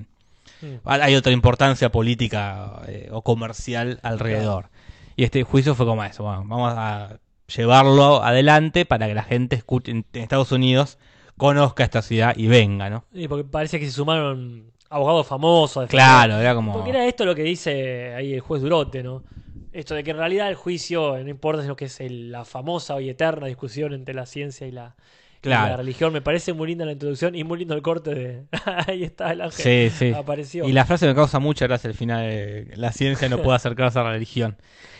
B: Mm.
D: hay otra importancia política eh, o comercial alrededor. Y este juicio fue como eso: bueno, vamos a llevarlo adelante para que la gente escuche en en Estados Unidos conozca esta ciudad y venga, ¿no?
B: Sí, porque parece que se sumaron abogados famosos.
D: Claro, era como.
B: Porque era esto lo que dice ahí el juez Durote, ¿no? Esto de que en realidad el juicio, no importa lo que es el- la famosa y eterna discusión entre la ciencia y la, y la
D: Claro.
B: religión. Me parece muy linda la introducción y muy lindo el corte de... ahí está el ángel.
D: Sí, sí.
B: Apareció.
D: Y la frase me causa mucha gracia al final. eh, la ciencia no puede acercarse a la religión.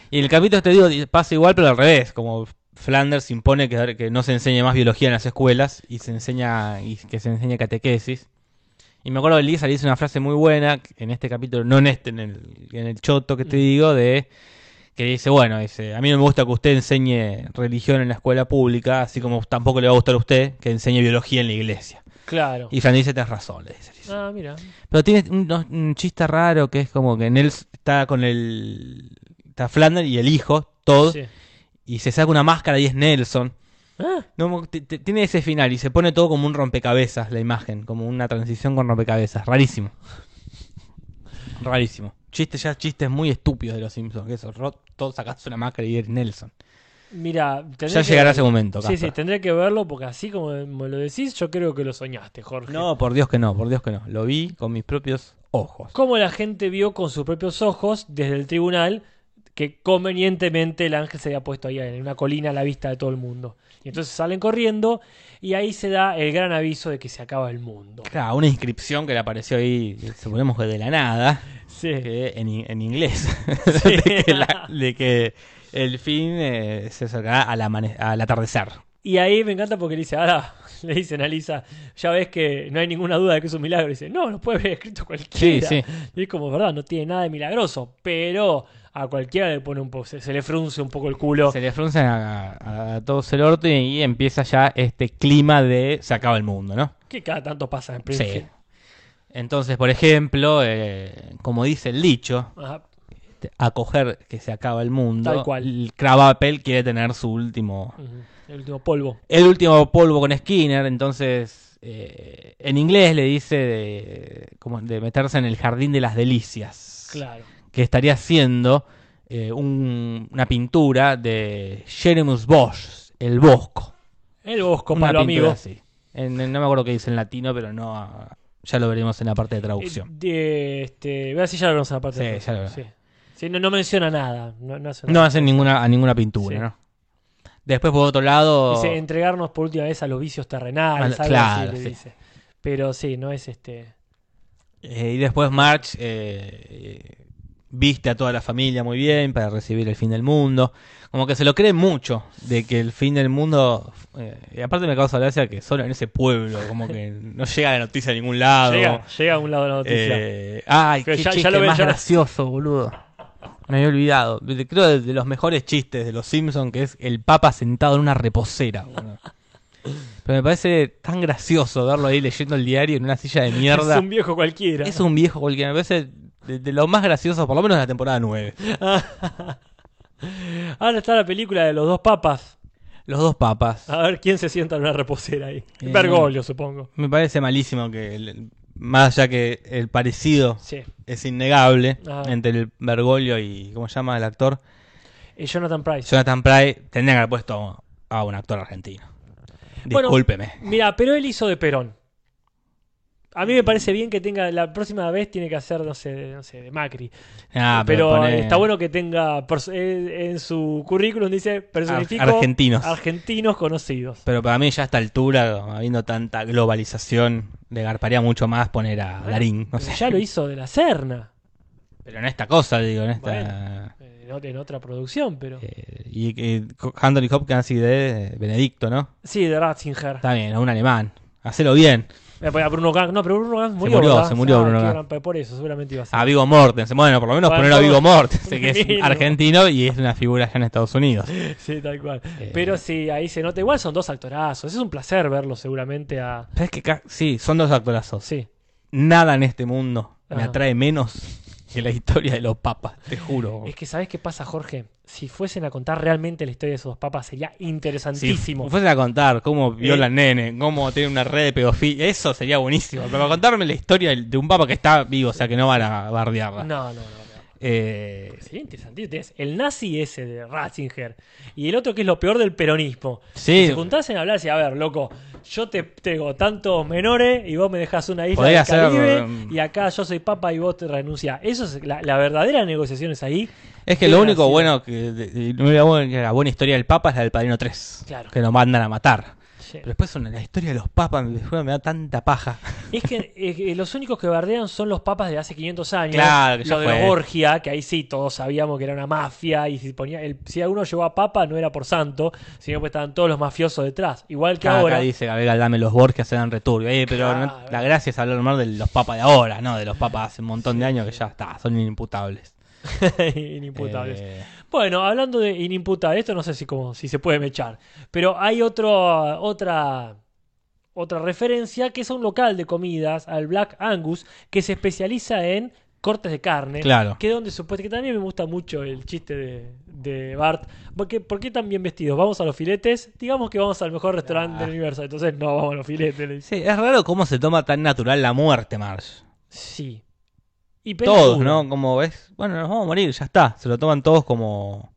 D: Y el capítulo, te digo, di- pasa igual, pero al revés. Como Flanders impone que, que no se enseñe más biología en las escuelas y se enseña y que se enseñe catequesis. Y me acuerdo que Lisa le hizo una frase muy buena en este capítulo, no en este, en el, en el choto que te
B: Mm.
D: digo, de que dice, bueno, dice, a mí no me gusta que usted enseñe religión en la escuela pública, así como tampoco le va a gustar a usted que enseñe biología en la iglesia.
B: Claro.
D: Y Flanders dice, tenés razón, le dice Lisa.
B: Ah, mira.
D: Pero tiene un, un chiste raro que es como que en él está con el. Está Flanders y el hijo, Todd,
B: Sí.
D: y se saca una máscara y es Nelson.
B: Ah,
D: No, mo- t- t- tiene ese final y se pone todo como un rompecabezas la imagen, como una transición con rompecabezas. Rarísimo. Rarísimo. Chistes ya chistes muy estúpidos de los Simpsons. Que eso, Rod, Todd sacas una máscara y eres Nelson.
B: mira.
D: Ya
B: tendré que
D: llegará ese
B: verlo.
D: momento.
B: Sí, sí,
D: Casper.
B: tendré que verlo porque así como me lo decís, yo creo que lo soñaste, Jorge.
D: No, por Dios que no, por Dios que no. Lo vi con mis propios ojos.
B: Como la gente vio con sus propios ojos desde el tribunal que convenientemente el ángel se había puesto ahí en una colina a la vista de todo el mundo. Y entonces salen corriendo y ahí se da el gran aviso de que se acaba el mundo.
D: Claro, una inscripción que le apareció ahí, suponemos que de la nada.
B: Sí.
D: que eh, en, i- en inglés.
B: Sí.
D: de, que la- de que el fin eh, se acercará al, amane- al atardecer.
B: Y ahí me encanta porque le dice, ahora le dicen a Lisa, ya ves que no hay ninguna duda de que es un milagro. Y dice, no, no puede haber escrito cualquiera.
D: sí.
B: Y es como, verdad, no tiene nada de milagroso, pero a cualquiera le pone un poco, se, se le frunce un poco el culo.
D: Se le fruncen a, a- a todos el orto y, y empieza ya este clima de se acaba el mundo, ¿no?
B: Que cada tanto pasa en
D: Sí.
B: Springfield.
D: Entonces, por ejemplo, eh, como dice el dicho,
B: Ajá.
D: este, acoger que se acaba el mundo,
B: Tal cual.
D: el Crabapple quiere tener su último,
B: Ujú. El último polvo.
D: el último polvo con Skinner, entonces eh, en inglés le dice de, como de meterse en el jardín de las delicias,
B: Claro.
D: que estaría haciendo eh, un- una pintura de Jeremus Bosch, el Bosco.
B: El bosco,
D: Una
B: palo
D: pintura
B: amigo.
D: así. En- en- no me acuerdo qué dice en latino, pero no, ah, ya lo veremos en la parte de
B: Eh,
D: traducción.
B: de- este, vea si ya lo vemos en la parte
D: Sí,
B: de atrás.
D: ya lo vemos.
B: Sí. Sí, no, no menciona nada. No, no hace
D: No
B: nada.
D: hacen ninguna, a ninguna pintura,
B: Sí.
D: ¿no? Después, por otro lado...
B: Dice entregarnos por última vez a los vicios terrenales.
D: Ah,
B: algo
D: claro,
B: así le
D: sí.
B: dice. Pero sí, no es este.
D: Eh, y después March eh, viste a toda la familia muy bien para recibir el fin del mundo. Como que se lo cree mucho de que el fin del mundo. eh, y aparte me causa gracia que solo en ese pueblo, como que no llega la noticia a ningún lado.
B: Llega, llega a un lado de la noticia.
D: Eh, ay,
B: Que
D: qué
B: ya- ya
D: chiste
B: lo ven,
D: más
B: ya lo-
D: gracioso, boludo. Me había olvidado. De- Creo de, de los mejores chistes de los Simpsons, que es el Papa sentado en una reposera. boludo. Pero me parece tan gracioso verlo ahí leyendo el diario en una silla de mierda.
B: Es un viejo cualquiera.
D: Es un viejo cualquiera. Me parece de, de lo más gracioso, por lo menos de la temporada 9.
B: Ahora está la película de los dos papas.
D: Los dos papas.
B: A ver quién se sienta en una reposera ahí.
D: Eh,
B: Bergoglio, supongo.
D: Me parece malísimo que, el- más allá que el parecido
B: Sí.
D: es innegable
B: Ah.
D: entre el Bergoglio y, ¿cómo se llama el actor?
B: Eh, Jonathan Price.
D: Jonathan Pry, tendrían que haber puesto a un actor argentino.
B: Bueno.
D: Discúlpeme.
B: Mira, pero él hizo de Perón. A mí me parece bien que tenga. La próxima vez tiene que hacer, no sé, de- no sé de Macri.
D: Ah,
B: pero eh,
D: poné-
B: está bueno que tenga. pers- eh, En su currículum dice personifico.
D: Ar- argentinos.
B: argentinos conocidos.
D: Pero para mí ya a esta altura, habiendo tanta globalización, le garparía mucho más poner a Darín. No sé.
B: Ya lo hizo de la Serna.
D: Pero en esta cosa, digo, en esta...
B: eh, En, ot- en otra producción, pero.
D: Eh, y que Anthony Hopkins y de Benedicto, ¿no?
B: Sí, de Ratzinger.
D: Está bien, a un alemán. Hacelo bien.
B: Eh, pues, a Bruno Gans. No, pero Bruno Gans murió.
D: murió,
B: ¿verdad?
D: se murió
B: Ah,
D: Bruno Ah.
B: qué
D: Gans.
B: gran- pe- Por eso, seguramente iba a ser.
D: A Vigo Mortensen. Bueno, por lo menos
B: Bueno,
D: poner a
B: todo-
D: Vigo Mortensen, que es
B: Mínimo.
D: argentino y es una figura ya en Estados Unidos.
B: Sí, tal cual.
D: Eh.
B: Pero sí, ahí se nota. Igual son dos actorazos. Es un placer verlos seguramente a.
D: Pero es que ca- sí, son dos actorazos.
B: Sí.
D: Nada en este mundo me
B: Ajá.
D: atrae menos que la historia de los papas, te juro.
B: Es que, ¿sabes qué pasa, Jorge? Si fuesen a contar realmente la historia de esos dos papas, sería
D: Si
B: interesantísimo.
D: fuesen a contar cómo viola
B: Eh.
D: al nene, cómo tiene una red de pedofilia, eso sería buenísimo. Pero contarme la historia de un papa que está vivo, o sea que no van a bardearla.
B: No, no, no. no.
D: Eh,
B: Sería interesantísimo. Tenés el nazi ese de Ratzinger y el otro que es lo peor del peronismo.
D: Sí.
B: Si se juntasen a hablar y a ver, loco, yo te tengo tantos menores y vos me dejás una isla
D: Podría
B: del Caribe
D: ser, mm.
B: y acá yo soy papa y vos te renunciás. Eso es la, la verdadera negociación es ahí.
D: Es que
B: Qué
D: lo único
B: gracioso.
D: bueno que de- de- no era bueno, que era buena historia del Papa es la del Padrino 3.
B: Claro.
D: Que lo mandan a matar.
B: Sí.
D: Pero después una- la historia de los papas me, juro, me da tanta paja.
B: Es que eh, eh, los únicos que bardean son los papas de hace 500 años.
D: Claro, que ya
B: los de los
D: fue.
B: Borgia, que ahí sí todos sabíamos que era una mafia. Y si, ponía el- si alguno llevó a papa, no era por santo, sino que estaban todos los mafiosos detrás. Igual que
D: Ah, Acá,
B: ahora.
D: acá dice Gabriel dame los Borges se dan returbio. Eh, pero no-
B: Claro.
D: la gracia es hablar más de los papas de ahora, no de los papas hace un montón de años que ya está, son inimputables.
B: inimputables.
D: Eh,
B: Bueno, hablando de inimputables, esto no sé si, como, si se puede mechar. Pero hay otro, otra. Otra referencia que es a un local de comidas, al Black Angus, que se especializa en cortes de carne.
D: claro.
B: Que donde supuestamente que también me gusta mucho el chiste de, de Bart. Porque, ¿Por qué tan bien vestidos? ¿Vamos a los filetes? Digamos que vamos al mejor restaurante
D: Ah.
B: del universo. Entonces no vamos a los filetes. le dice.
D: Sí, es raro cómo se toma tan natural la muerte, Marge.
B: Sí. Y
D: Todos,
B: Pedro,
D: ¿no? Como ves, bueno, nos vamos a morir, ya está. Se lo toman todos como.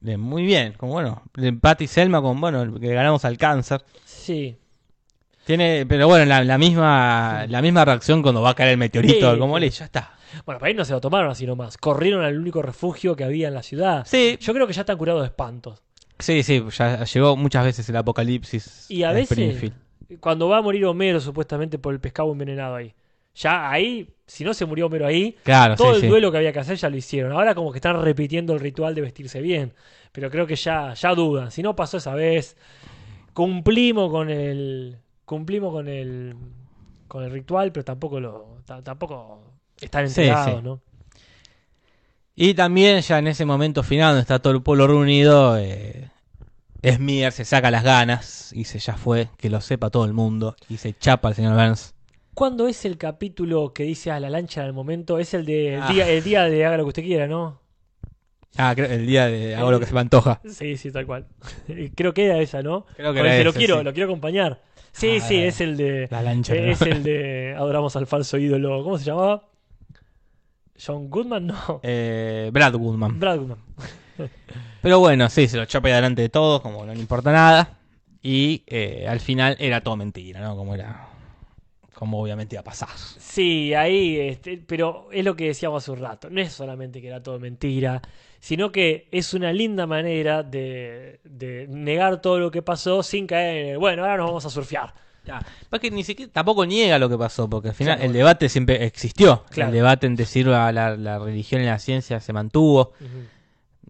D: de muy bien, como bueno. de Patty y Selma, con bueno, que le ganamos al cáncer.
B: Sí.
D: Tiene, pero bueno, la, la misma la misma reacción cuando va a caer el meteorito,
B: Sí,
D: como
B: sí.
D: le, ya está.
B: Bueno, para ahí no se lo tomaron así nomás. Corrieron al único refugio que había en la ciudad.
D: Sí,
B: Eh, Yo creo que ya están curados de espantos.
D: sí, sí, ya llegó muchas veces el apocalipsis.
B: Y a
D: en
B: veces-
D: Springfield.
B: Cuando va a morir Homero, supuestamente por el pescado envenenado ahí. Ya ahí, si no se murió Homero ahí,
D: Claro,
B: Todo
D: Ah, sí,
B: el
D: sí.
B: duelo que había que hacer ya lo hicieron. Ahora como que están repitiendo el ritual de vestirse bien. Pero creo que ya, ya dudan. Si no pasó esa vez, cumplimos con el. Cumplimos con el. con el ritual, pero tampoco lo. ta- tampoco están
D: Sí,
B: enterados,
D: sí.
B: ¿no?
D: Y también ya en ese momento final donde está todo el pueblo reunido, eh, Smear se saca las ganas y dice, ya fue, que lo sepa todo el mundo, y se chapa al señor Burns.
B: ¿Cuándo es el capítulo que dice a la lancha del momento? Es el de el
D: Ah.
B: día, el día de haga lo que usted quiera, ¿no?
D: Ah, creo- el día de hago lo que se me antoja.
B: Sí, sí, tal cual. Creo que era esa, ¿no?
D: Creo que
B: Con
D: era
B: el lo
D: ese,
B: quiero,
D: sí.
B: lo quiero acompañar. Sí,
D: Ah,
B: sí,
D: la-
B: es el de.
D: La lancha.
B: Eh,
D: ¿no?
B: Es el de Adoramos al falso ídolo. ¿Cómo se llamaba? John Goodman, no.
D: Eh, Brad Goodman.
B: Brad Goodman.
D: Pero bueno, sí, se lo chapa ahí delante de todos, como no le importa nada. Y eh, al final era todo mentira, ¿no? Como era. Como obviamente iba a pasar.
B: Sí, ahí, este, pero es lo que decíamos hace un rato. No es solamente que era todo mentira, sino que es una linda manera de, de negar todo lo que pasó sin caer en el, bueno, ahora nos vamos a surfear.
D: Pero es que ni siquiera tampoco niega lo que pasó, porque al final
B: Claro,
D: el
B: bueno.
D: debate siempre existió.
B: Claro.
D: El debate en decir la, la- la religión y la ciencia se mantuvo.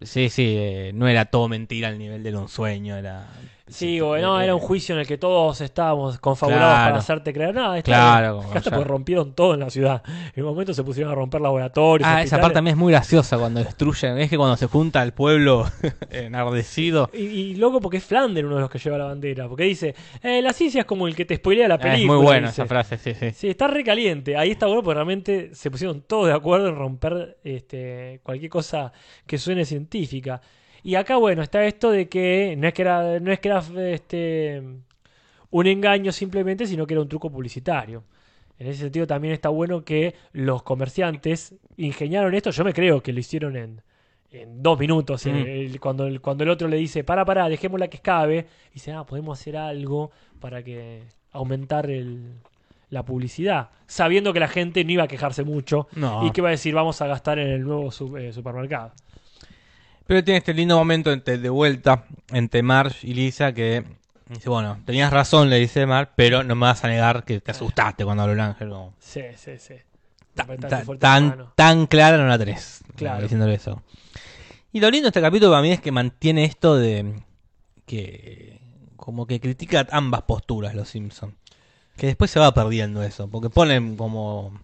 D: Sí, sí, eh, no era todo mentira al nivel del ensueño, era.
B: Sí, o no, era un juicio en el que todos estábamos confabulados
D: eh, Claro.
B: para hacerte creer nada. está bien.
D: Claro, como
B: Acá hasta
D: ya-
B: porque rompieron todo en la ciudad. En un momento se pusieron a romper laboratorios.
D: Ah, esa
B: hospitales.
D: parte también es muy graciosa cuando destruyen. Es que cuando se junta el pueblo enardecido.
B: Y, y loco porque es Flander uno de los que lleva la bandera. Porque dice, eh, la ciencia es como el que te spoilea la
D: Ah,
B: película.
D: es muy buena
B: dice.
D: esa frase, sí, sí.
B: Sí, está recaliente. Ahí está bueno porque realmente se pusieron todos de acuerdo en romper este, cualquier cosa que suene científica. Y acá, bueno, está esto de que no es que era, no es que era este, un engaño simplemente, sino que era un truco publicitario. En ese sentido también está bueno que los comerciantes ingeniaron esto. Yo me creo que lo hicieron en, en dos minutos.
D: Mm.
B: El- el- cuando, el, cuando el otro le dice, para, para, dejémosla que escabe. Dice, ah, podemos hacer algo para que aumentar el, la publicidad. Sabiendo que la gente no iba a quejarse mucho.
D: No.
B: Y que iba a decir, vamos a gastar en el nuevo su- eh, supermercado.
D: Pero tiene este lindo momento entre- de vuelta entre Marge y Lisa que dice, bueno, tenías razón, le dice Marge, pero no me vas a negar que te asustaste cuando habló el ángel. como,
B: Sí, sí, sí.
D: ta-
B: Apretá
D: ta-
B: tu fuerte
D: tan,
B: mano.
D: tan clara no la tres.
B: Claro.
D: Diciéndole eso. Y lo lindo de este capítulo para mí es que mantiene esto de que como que critica ambas posturas los Simpson. Que después se va perdiendo eso, porque ponen como...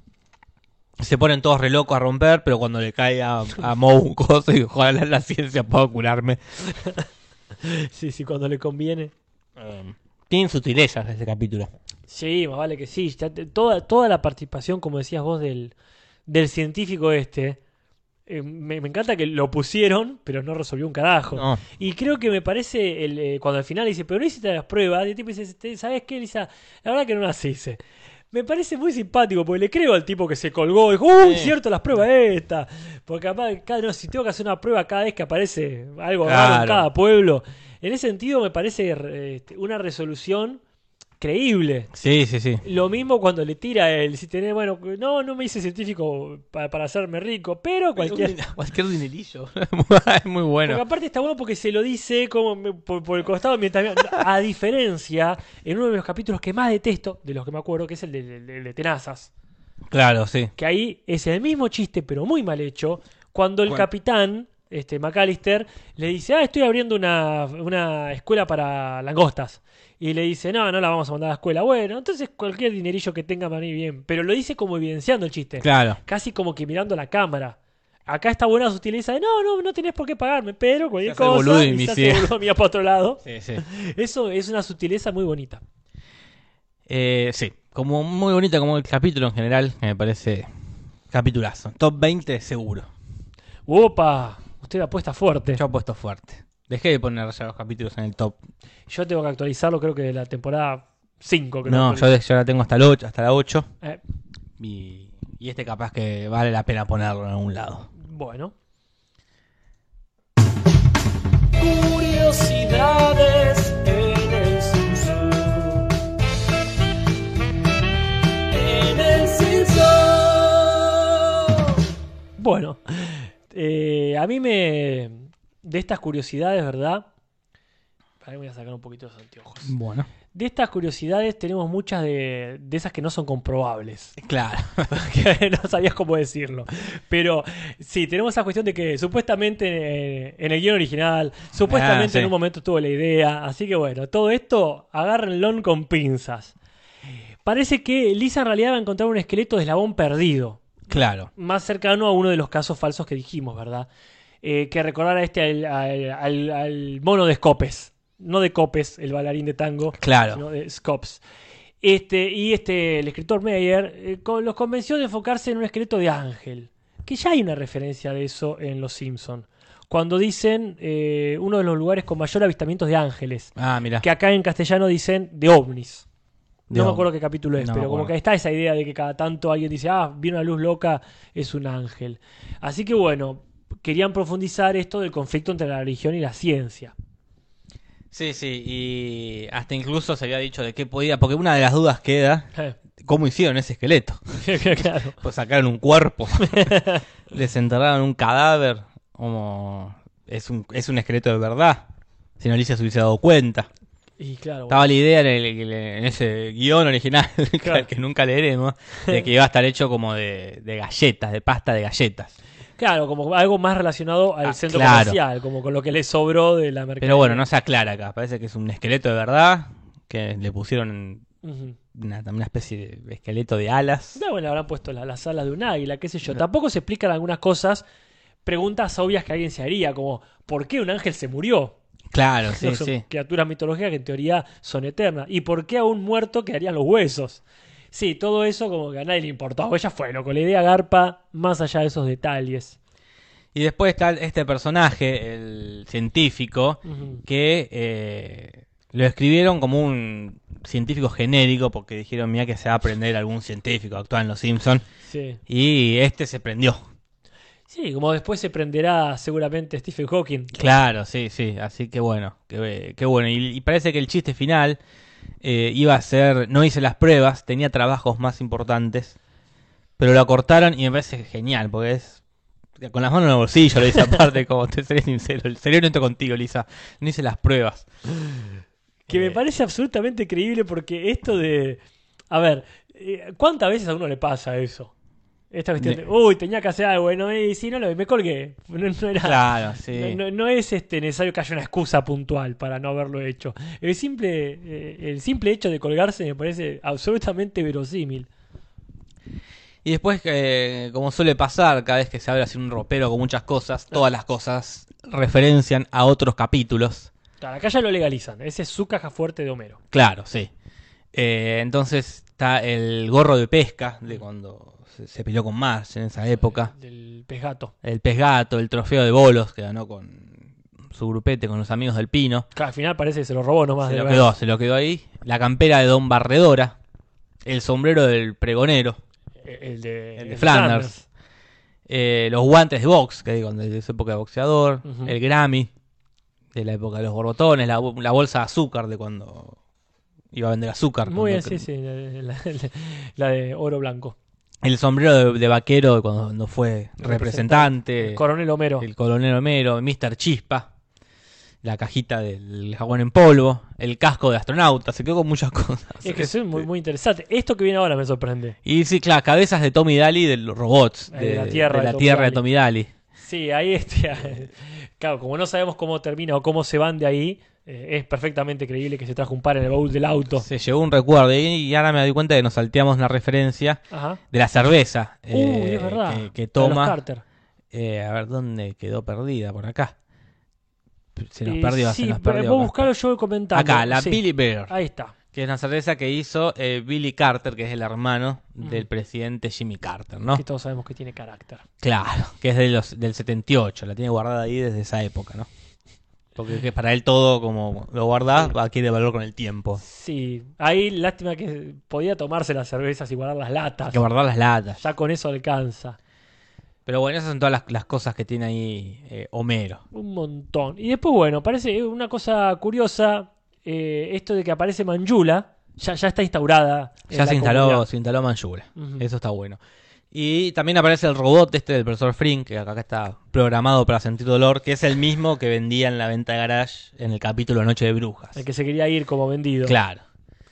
D: Se ponen todos re locos a romper, pero cuando le cae a, a Moe un coso y ojalá la ciencia pueda curarme,
B: Sí, sí, cuando le conviene.
D: Eh, tienen sutilezas este capítulo.
B: Sí, más vale que sí. Ya te- toda, toda la participación, como decías vos, del, del científico este, eh, me, me encanta que lo pusieron, pero no resolvió un carajo.
D: No,
B: Y creo que me parece, el, eh, cuando al final dice, pero no hiciste las pruebas, y el tipo dice, "Este, ¿sabes qué, Lisa? La verdad que no las hice. Me parece muy simpático, porque le creo al tipo que se colgó, dijo, uy,
D: Sí.
B: cierto, las pruebas estas. Porque capaz, cada, no, si tengo que hacer una prueba cada vez que aparece algo raro
D: Claro.
B: en cada pueblo. En ese sentido me parece eh, este, una resolución creíble.
D: sí, sí, sí.
B: Lo mismo cuando le tira el si tenés, bueno, no, no me hice científico pa- para hacerme rico, pero cualquier.
D: Un- cualquier dinerillo. es muy
B: Porque
D: bueno.
B: aparte está bueno porque se lo dice como me- por, por el costado mientras a diferencia en uno de los capítulos que más detesto de los que me acuerdo que es el de, el- el de tenazas
D: Claro, sí.
B: que ahí es el mismo chiste pero muy mal hecho cuando el
D: Bueno.
B: capitán este McAllister le dice ah estoy abriendo una, una escuela para langostas y le dice no no la vamos a mandar a la escuela bueno entonces cualquier dinerillo que tenga para mí bien pero lo dice como evidenciando el chiste
D: Claro.
B: casi como que mirando la cámara. Acá está buena sutileza de no, no, no tenés por qué pagarme, pero cualquier
D: Se hace el
B: cosa.
D: boludo y
B: y
D: me
B: se hace
D: sigue.
B: boludo, mira para otro lado.
D: Sí, sí.
B: Eso es una sutileza muy bonita.
D: Eh, sí. Como muy bonita, como el capítulo en general, que me parece capitulazo. Top 20 seguro.
B: Opa, usted apuesta fuerte.
D: Yo apuesto fuerte. Dejé de poner ya los capítulos en el top.
B: Yo tengo que actualizarlo, creo que de la temporada 5. Creo
D: No,
B: que-
D: yo, de- yo la tengo hasta, el ocho- hasta la 8.
B: Eh,
D: Y, y este capaz que vale la pena ponerlo en algún lado.
B: bueno,
A: Curiosidades en el Simpson. En el Simpson.
B: bueno. Eh, a mí me. De estas curiosidades, ¿verdad? Para voy a sacar un poquito de los anteojos.
D: Bueno.
B: De estas curiosidades tenemos muchas de, de esas que no son comprobables.
D: Claro.
B: que no sabías cómo decirlo. Pero sí, tenemos esa cuestión de que supuestamente eh, en el guión original, supuestamente
D: Ah, sí.
B: en un momento tuvo la idea. Así que bueno, todo esto agárrenlo con pinzas. Parece que Lisa en realidad va a encontrar un esqueleto de eslabón perdido,
D: Claro.
B: más cercano a uno de los casos falsos que dijimos, ¿verdad? Eh, que recordara este al, al- al- al mono de Scopes. No de Copes, el bailarín de tango
D: Claro.
B: sino de Scops. Este, y este, el escritor Meyer eh, co- los convenció de enfocarse en un esqueleto de ángel, que ya hay una referencia de eso en Los Simpson cuando dicen eh, uno de los lugares con mayor avistamientos de ángeles,
D: Ah, mira.
B: que acá en castellano dicen de ovnis.
D: De
B: no me
D: ovnis.
B: acuerdo qué capítulo es,
D: No me
B: pero como
D: acuerdo.
B: que está esa idea de que cada tanto alguien dice, ah, vi una luz loca, es un ángel. Así que bueno, querían profundizar esto del conflicto entre la religión y la ciencia.
D: Sí, sí, y hasta incluso se había dicho de qué podía, porque una de las dudas queda, ¿cómo hicieron ese esqueleto?
B: claro.
D: Pues sacaron un cuerpo, desenterraron un cadáver, como es un, es un esqueleto de verdad, si no Alicia se hubiese dado cuenta.
B: Y claro, bueno,
D: Estaba la idea en, el- en ese guión original,
B: Claro.
D: que nunca leeremos, de que iba a estar hecho como de, de galletas, de pasta de galletas.
B: claro, como algo más relacionado al
D: Ah,
B: centro
D: claro.
B: comercial, como con lo que le sobró de la mercadería.
D: Pero bueno, no se aclara acá, parece que es un esqueleto de verdad, que le pusieron
B: Ujú.
D: una, una especie de esqueleto de alas.
B: No, bueno, habrán puesto la- las alas de un águila, qué sé yo. Tampoco se explican algunas cosas, preguntas obvias que alguien se haría, como ¿por qué un ángel se murió?
D: Claro, sí,
B: No son
D: sí.
B: criaturas mitológicas que en teoría son eternas. ¿Y por qué a un muerto quedarían los huesos? Sí, todo eso como que a nadie le importaba. Ella fue, loco, la idea garpa más allá de esos detalles.
D: Y después está este personaje, el científico,
B: Ujú.
D: que eh, lo escribieron como un científico genérico, porque dijeron, mira que se va a aprender algún científico, actúa en Los Simpsons.
B: Sí.
D: Y este se prendió.
B: sí, como después se prenderá seguramente Stephen Hawking.
D: Claro, sí, sí. Así que bueno, qué, qué bueno. Y, y parece que el chiste final eh, iba a ser, no hice las pruebas, tenía trabajos más importantes, pero lo acortaron y me parece genial, porque es... Con las manos en el bolsillo, Lisa, aparte, como te seré sincero. El serio honesto contigo, Lisa. No hice las pruebas.
B: Que
D: Eh,
B: me parece absolutamente creíble porque esto de. A ver, eh, ¿cuántas veces a uno le pasa eso? Esta cuestión de,
D: Ne-
B: uy, tenía que hacer algo, no y si no lo me colgué. No, no era.
D: Claro, sí.
B: No, no- no es este, necesario que haya una excusa puntual para no haberlo hecho. El simple, eh, el simple hecho de colgarse me parece absolutamente verosímil.
D: Y después, eh, como suele pasar, cada vez que se abre así un ropero con muchas cosas, todas las cosas referencian a otros capítulos.
B: Claro, acá ya lo legalizan. Esa es su caja fuerte de Homero.
D: Claro, sí. Eh, entonces está el gorro de pesca de cuando se, se peleó con Marsh en esa época.
B: Del pez gato.
D: El pez gato, el trofeo de bolos que ganó con su grupete, con los amigos del Pino.
B: Claro, al final parece que se lo robó nomás.
D: Se
B: de
D: lo
B: verdad.
D: quedó, se lo quedó ahí. La campera de Don Barredora. El sombrero del pregonero.
B: Eh, El de,
D: El de Flanders. eh, los guantes de box, que digo, desde esa época de boxeador,
B: Ujú.
D: el Grammy, de la época de los borbotones, la, bo- la bolsa de azúcar de cuando iba a vender azúcar.
B: Muy bien,
D: cuando-
B: sí, sí, la, de- la de- la de oro blanco.
D: El sombrero de, de vaquero de cuando, cuando fue representante,
B: El coronel Homero.
D: Eh, el coronel Homero, Mr. Chispa, la cajita del jabón en polvo, el casco de astronauta, se quedó con muchas cosas.
B: es que es muy, muy interesante. Esto que viene ahora me sorprende.
D: Y sí, claro, cabezas de Tommy Daly de los robots,
B: Eh, de la Tierra
D: de,
B: de
D: la
B: Tommy
D: tierra de
B: Daly.
D: Tommy Daly.
B: Sí, ahí este, claro, como no sabemos cómo termina o cómo se van de ahí, eh, es perfectamente creíble que se trajo un par en el baúl del auto.
D: Se llevó un recuerdo y, y ahora me doy cuenta de que nos salteamos la referencia
B: Ajá.
D: de la cerveza
B: Uy,
D: eh,
B: es verdad.
D: que, que
B: La de los
D: toma.
B: Carter.
D: Eh, a ver dónde quedó perdida, por acá. Se nos
B: Eh,
D: perdió,
B: sí,
D: se nos
B: pero
D: perdió.
B: vos
D: acá.
B: buscalo, yo voy comentando.
D: Acá, la
B: Sí,
D: Billy Bear,
B: Ahí está.
D: que es una cerveza que hizo eh, Billy Carter, que es el hermano del
B: Ujú.
D: presidente Jimmy Carter, ¿no?
B: Que todos sabemos que tiene carácter.
D: Claro, que es de los, del 78, la tiene guardada ahí desde esa época, ¿no? Porque que para él todo, como lo guardás, adquiere valor con el tiempo.
B: Sí, ahí lástima que podía tomarse las cervezas y guardar las
D: Hay
B: latas.
D: que guardar las latas.
B: Ya con eso alcanza.
D: Pero bueno, esas son todas las, las cosas que tiene ahí eh, Homero.
B: Un montón. Y después, bueno, parece una cosa curiosa, eh, esto de que aparece Manjula, ya, ya está instaurada. en
D: Ya
B: la
D: se instaló,
B: comunidad.
D: se instaló Manjula.
B: Ujú.
D: Eso está bueno. Y también aparece el robot este del profesor Frink, que acá acá está programado para sentir dolor, que es el mismo que vendía en la venta de garage en el capítulo Noche de Brujas.
B: El que se quería ir como vendido.
D: Claro.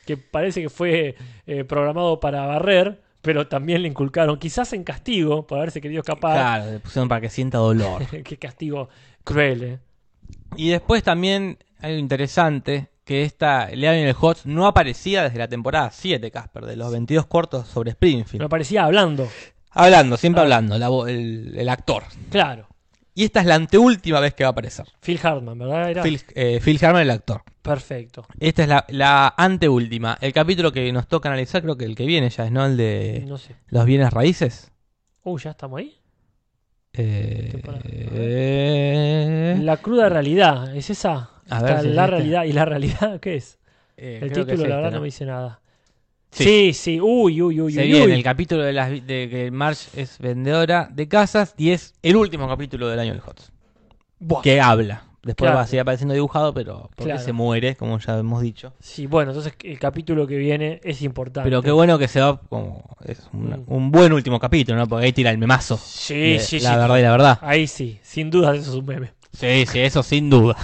B: Que parece que fue eh, programado para barrer, pero también le inculcaron, quizás en castigo, por haberse querido escapar.
D: Claro, le pusieron para que sienta dolor.
B: Qué castigo cruel, eh.
D: y después también algo interesante, que esta Leonel Hotz no aparecía desde la temporada 7, Casper, de los 22 cortos sobre Springfield.
B: Me parecía hablando.
D: Hablando, siempre
B: Ah.
D: hablando, la vo- el, el actor.
B: Claro.
D: Y esta es la anteúltima vez que va a aparecer.
B: Phil Hartman, ¿verdad? Era?
D: Phil, eh, Phil Hartman, el actor.
B: Perfecto.
D: Esta es la, la anteúltima. El capítulo que nos toca analizar, creo que el que viene ya es, ¿no? El de
B: No sé.
D: los bienes raíces.
B: Uh, ya estamos ahí.
D: Eh,
B: Temporada.
D: eh,
B: La cruda realidad, ¿es esa?
D: A
B: Está
D: ver si es
B: la
D: este.
B: realidad. ¿Y la realidad qué es?
D: eh,
B: El
D: creo
B: título,
D: que es
B: la
D: este,
B: verdad,
D: ¿no?
B: no me dice nada.
D: Sí.
B: Sí, sí. Uy, uy, uy,
D: Se
B: uy.
D: viene
B: uy.
D: el capítulo de, las, de que Marge es vendedora de casas y es el último capítulo del año del Hot.
B: Buah.
D: Que habla. Después
B: Claro.
D: va a seguir apareciendo dibujado, pero porque
B: Claro.
D: se muere, como ya hemos dicho.
B: Sí, bueno, entonces el capítulo que viene es importante.
D: Pero qué bueno que se va como. Es
B: Mm.
D: un, un buen último capítulo, ¿no? Porque ahí tira el memazo.
B: Sí,
D: De-
B: sí,
D: Eh,
B: Ah.
D: la
B: sí.
D: verdad y la verdad.
B: Ahí sí, sin duda eso es un meme.
D: Sí, sí, eso sin duda.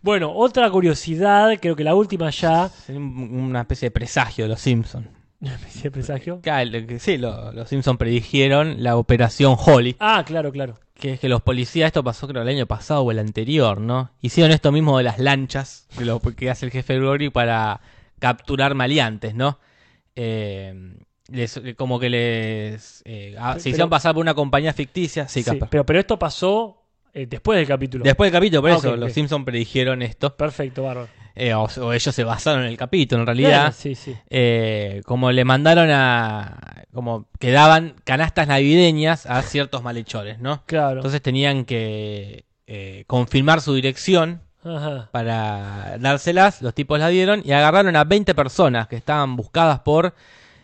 B: Bueno, otra curiosidad, creo que la última ya.
D: Es un- una especie de presagio de los Simpsons.
B: ¿Me presagio?
D: Sí, lo- los Simpsons predijeron la operación Holly.
B: Ah, claro, claro.
D: Que es que los policías, esto pasó creo el año pasado o el anterior, ¿no? Hicieron esto mismo de las lanchas, de lo que hace el jefe Glory para capturar maleantes, ¿no? Eh, les- como que les... eh, ah,
B: Pe-
D: se hicieron
B: pero-
D: pasar por una compañía ficticia, sí,
B: Sí,
D: capaz.
B: pero, pero esto pasó eh, después del capítulo.
D: Después del capítulo, por
B: Ah,
D: eso,
B: ok, ok.
D: los Simpsons predijeron esto.
B: Perfecto, bárbaro.
D: eh, o, o ellos se basaron en el capítulo, en realidad.
B: Sí, sí.
D: eh, como le mandaron a... Como que daban canastas navideñas a ciertos malhechores, ¿no?
B: Claro.
D: Entonces tenían que eh, confirmar su dirección
B: Ajá.
D: para dárselas. Los tipos la dieron y agarraron a 20 personas que estaban buscadas por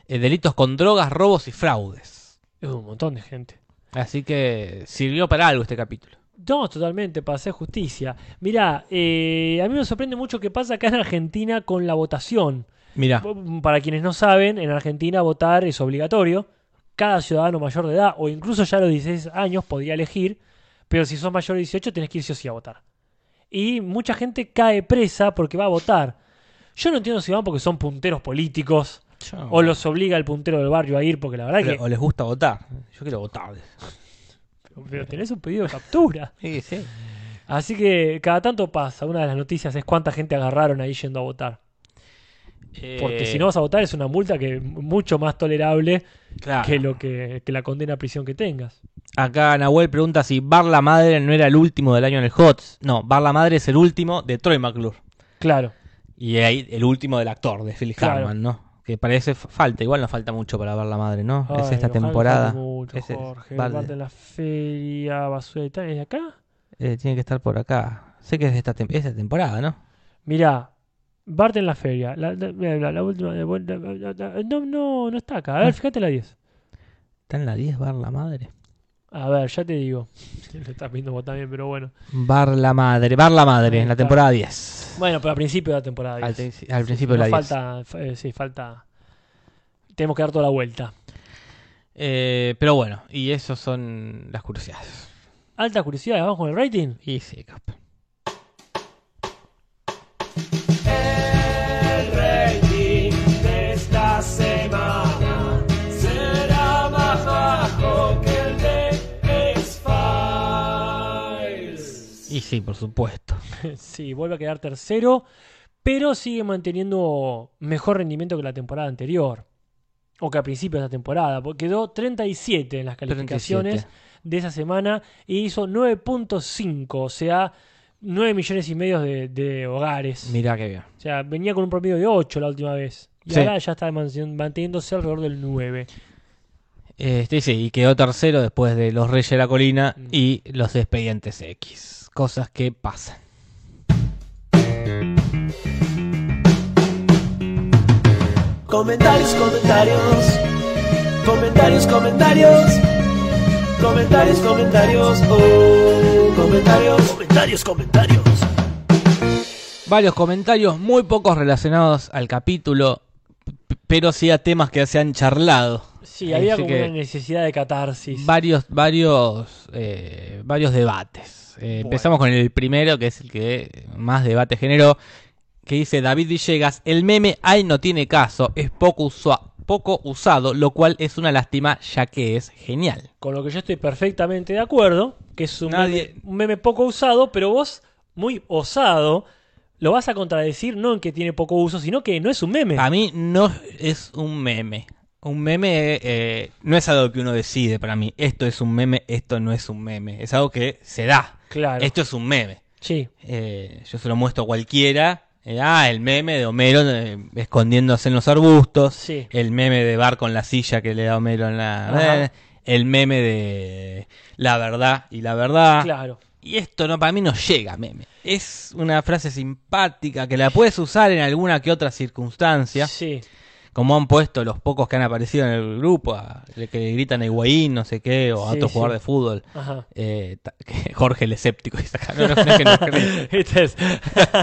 D: eh, delitos con drogas, robos y fraudes.
B: Es un montón de gente.
D: Así que sirvió para algo este capítulo.
B: No, totalmente, para hacer justicia. Mirá, eh, a mí me sorprende mucho que pasa acá en Argentina con la votación.
D: Mira,
B: Para quienes no saben, en Argentina votar es obligatorio. Cada ciudadano mayor de edad, o incluso ya a los 16 años, podría elegir. Pero si sos mayor de 18, tenés que ir sí o sí a votar. Y mucha gente cae presa porque va a votar. Yo no entiendo si van porque son punteros políticos. O los obliga el puntero del barrio a ir, porque la verdad que.
D: o les gusta votar. Yo quiero votar.
B: Pero tenés un pedido de captura.
D: Sí, sí.
B: Así que cada tanto pasa. Una de las noticias es cuánta gente agarraron ahí yendo a votar. Porque
D: Eh,
B: si no vas a votar es una multa que es mucho más tolerable
D: claro.
B: que lo que, que la condena a prisión que tengas.
D: Acá Nahuel pregunta si Bar la Madre no era el último del año en el HOTS. No, Bar la Madre es el último de Troy McClure.
B: Claro.
D: Y ahí el último del actor, de Phil
B: Claro.
D: Hartman, ¿no? Que parece f- falta, igual no falta mucho para ver la madre, ¿no? es
B: Ay,
D: esta
B: ojalá
D: temporada.
B: falte mucho,
D: Ese es
B: Jorge,
D: Valde.
B: Valde en la feria, basura y tal. ¿Es de acá?
D: Eh, tiene que estar por acá. Sé que es de esta, tem- es de temporada, ¿no?
B: Mirá, Bart en la feria. La, la- mirá, la- la última de vuelta. No, no, no está
D: Ah.
B: acá. A ver, fíjate la 10.
D: Está en la 10, Bar la madre.
B: A ver, ya te digo. Lo estás viendo vos también, pero bueno.
D: Bar la madre, Bar la madre,
B: Ahí
D: en la
B: está.
D: temporada 10.
B: Bueno, pero al principio de la temporada.
D: al,
B: 10.
D: princi- al principio
B: Nos
D: de la 10.
B: falta, f- eh, sí, falta. Tenemos que dar toda la vuelta.
D: Eh, pero bueno, y esos son las curiosidades.
B: Alta curiosidad, vamos con el rating.
D: Y sí, cap.
A: El rating de esta semana será más bajo que el de X-Files.
D: Y sí, por supuesto.
B: Sí, vuelve a quedar tercero, pero sigue manteniendo mejor rendimiento que la temporada anterior. O que a principio de la temporada, porque quedó 37 en las calificaciones
D: 37.
B: de esa semana y hizo 9.5, o sea, 9 millones y medio de, de hogares.
D: Mirá que bien.
B: O sea, venía con un promedio de 8 la última vez. Y
D: Sí.
B: ahora ya está man- manteniéndose alrededor del 9.
D: Este, sí, y quedó tercero después de Los Reyes de la Colina
B: Mm.
D: y Los Expedientes X. Cosas que pasan.
A: Comentarios, comentarios. Comentarios, comentarios. Comentarios, comentarios. Oh, comentarios. Comentarios, comentarios.
D: Varios comentarios, muy pocos relacionados al capítulo, p- pero sí a temas que se han charlado.
B: Sí, había
D: Así
B: como
D: que
B: una necesidad de catarsis.
D: Varios, varios, eh, varios debates. Eh,
B: Bueno.
D: Empezamos con el primero, que es el que más debate generó, que dice David Villegas, el meme ahí no tiene caso, es poco, usua- poco usado, lo cual es una lástima ya que es genial.
B: Con lo que yo estoy perfectamente de acuerdo, que es un,
D: Nadie-
B: meme, un meme poco usado, pero vos, muy osado, lo vas
D: Ah,
B: a contradecir no en que tiene poco uso, sino que no es un meme.
D: A mí no es un meme. Un meme eh, no es algo que uno decide para mí. Esto es un meme, esto no es un meme. Es algo que se da.
B: Claro.
D: Esto es un meme.
B: Sí.
D: Eh, yo se lo muestro a cualquiera. Eh, ah, el meme de Homero eh, escondiéndose en los arbustos.
B: Sí.
D: El meme de Bar con la silla que le da Homero en la. eh,
B: Ajá.
D: el meme de la verdad y la verdad.
B: Claro.
D: Y esto no, para mí no llega, meme. Es una frase simpática que la puedes usar en alguna que otra circunstancia.
B: Sí.
D: Como han puesto los pocos que han aparecido en el grupo, a- le- que le gritan a Higuaín, no sé qué, o a
B: Sí,
D: otro
B: sí.
D: jugador de fútbol.
B: Ajá.
D: Eh, ta- que Jorge el escéptico. y saca- no, no, no, que no creo.
B: Este es-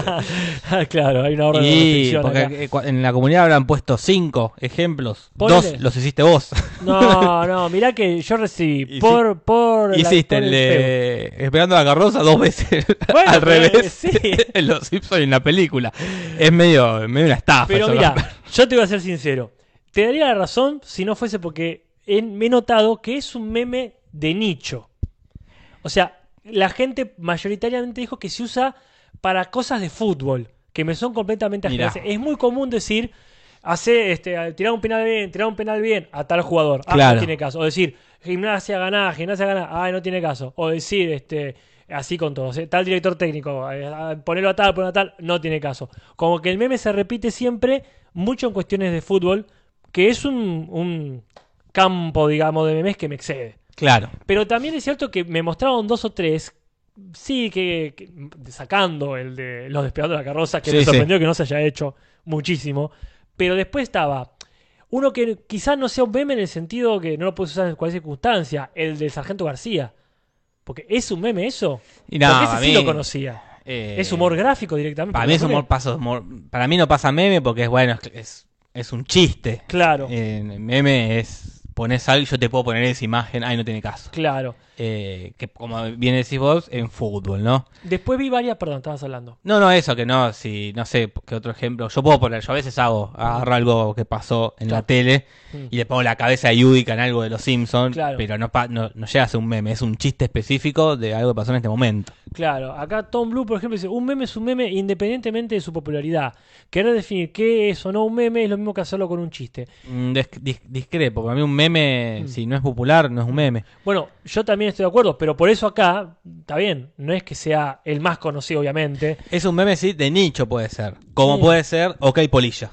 B: Ah, claro, hay una orden de
D: Y
B: restricción
D: porque
B: acá.
D: eh, cua- en la comunidad habrán puesto cinco ejemplos.
B: Ponele.
D: Dos los hiciste vos.
B: No, no, mirá que yo recibí
D: Hici-
B: por, por la-
D: Hiciste
B: por
D: el
B: feo.
D: de Esperando la carroza dos veces.
B: Bueno,
D: Al
B: pero,
D: revés.
B: sí.
D: en los Simpsons y en la película. Es medio, medio una estafa.
B: Pero
D: eso,
B: mira,
D: ¿no?
B: yo te voy a ser sincero. Te daría la razón si no fuese porque he- me he notado que es un meme de nicho. O sea, la gente mayoritariamente dijo que se usa para cosas de fútbol, que me son completamente
D: Mirá.
B: ajenas. Es muy común decir, hace, este, tirar un penal bien, tirar un penal bien a tal jugador. Ah,
D: Claro.
B: no tiene caso. O decir, gimnasia ganá, gimnasia ganá. Ay, no tiene caso. O decir, este, así con todos. eh, Tal director técnico, eh, ah, ponelo a tal, ponelo a tal. No tiene caso. Como que el meme se repite siempre, mucho en cuestiones de fútbol, que es un, un campo, digamos, de memes que me excede.
D: Claro.
B: Pero también es cierto que me mostraron dos o tres. Sí, que, que- sacando el de los despegando de la carroza, que
D: Sí,
B: me
D: sí.
B: sorprendió que no se haya hecho muchísimo. Pero después estaba uno que quizás no sea un meme en el sentido que no lo puedes usar en cualquier circunstancia, el del Sargento García. Porque es un meme eso.
D: Y no,
B: Porque ese
D: para
B: sí
D: mí,
B: lo conocía.
D: eh,
B: es humor gráfico directamente.
D: Para mí, es
B: ¿no?
D: humor, paso, humor- para mí no pasa meme porque es bueno, es, es, es un chiste.
B: Claro,
D: Eh, meme es pones algo, yo te puedo poner esa imagen, ay, no tiene caso.
B: claro.
D: Eh, que como bien decís vos, en fútbol, ¿no?
B: Después vi varias, perdón, estabas hablando.
D: No, no, eso que no, si no sé, qué otro ejemplo. Yo puedo poner, yo a veces hago, agarro algo que pasó en la
B: Claro.
D: tele
B: Mm.
D: y le pongo la cabeza a Yudica en algo de los Simpsons,
B: Claro.
D: pero no, pa- no, no llega a ser un meme, es un chiste específico de algo que pasó en este momento.
B: Claro, acá Tom Blue, por ejemplo, dice, un meme es un meme independientemente de su popularidad. Querer definir qué es o no un meme es lo mismo que hacerlo con un chiste.
D: Mm, dis- dis- discrepo, para mí un meme,
B: Mm.
D: si no es popular, no es un meme.
B: Bueno, yo también estoy de acuerdo, pero por eso acá, está bien, no es que sea el más conocido, obviamente.
D: Es un meme, sí, de nicho puede ser. Como
B: Sí.
D: puede ser, ok, polilla.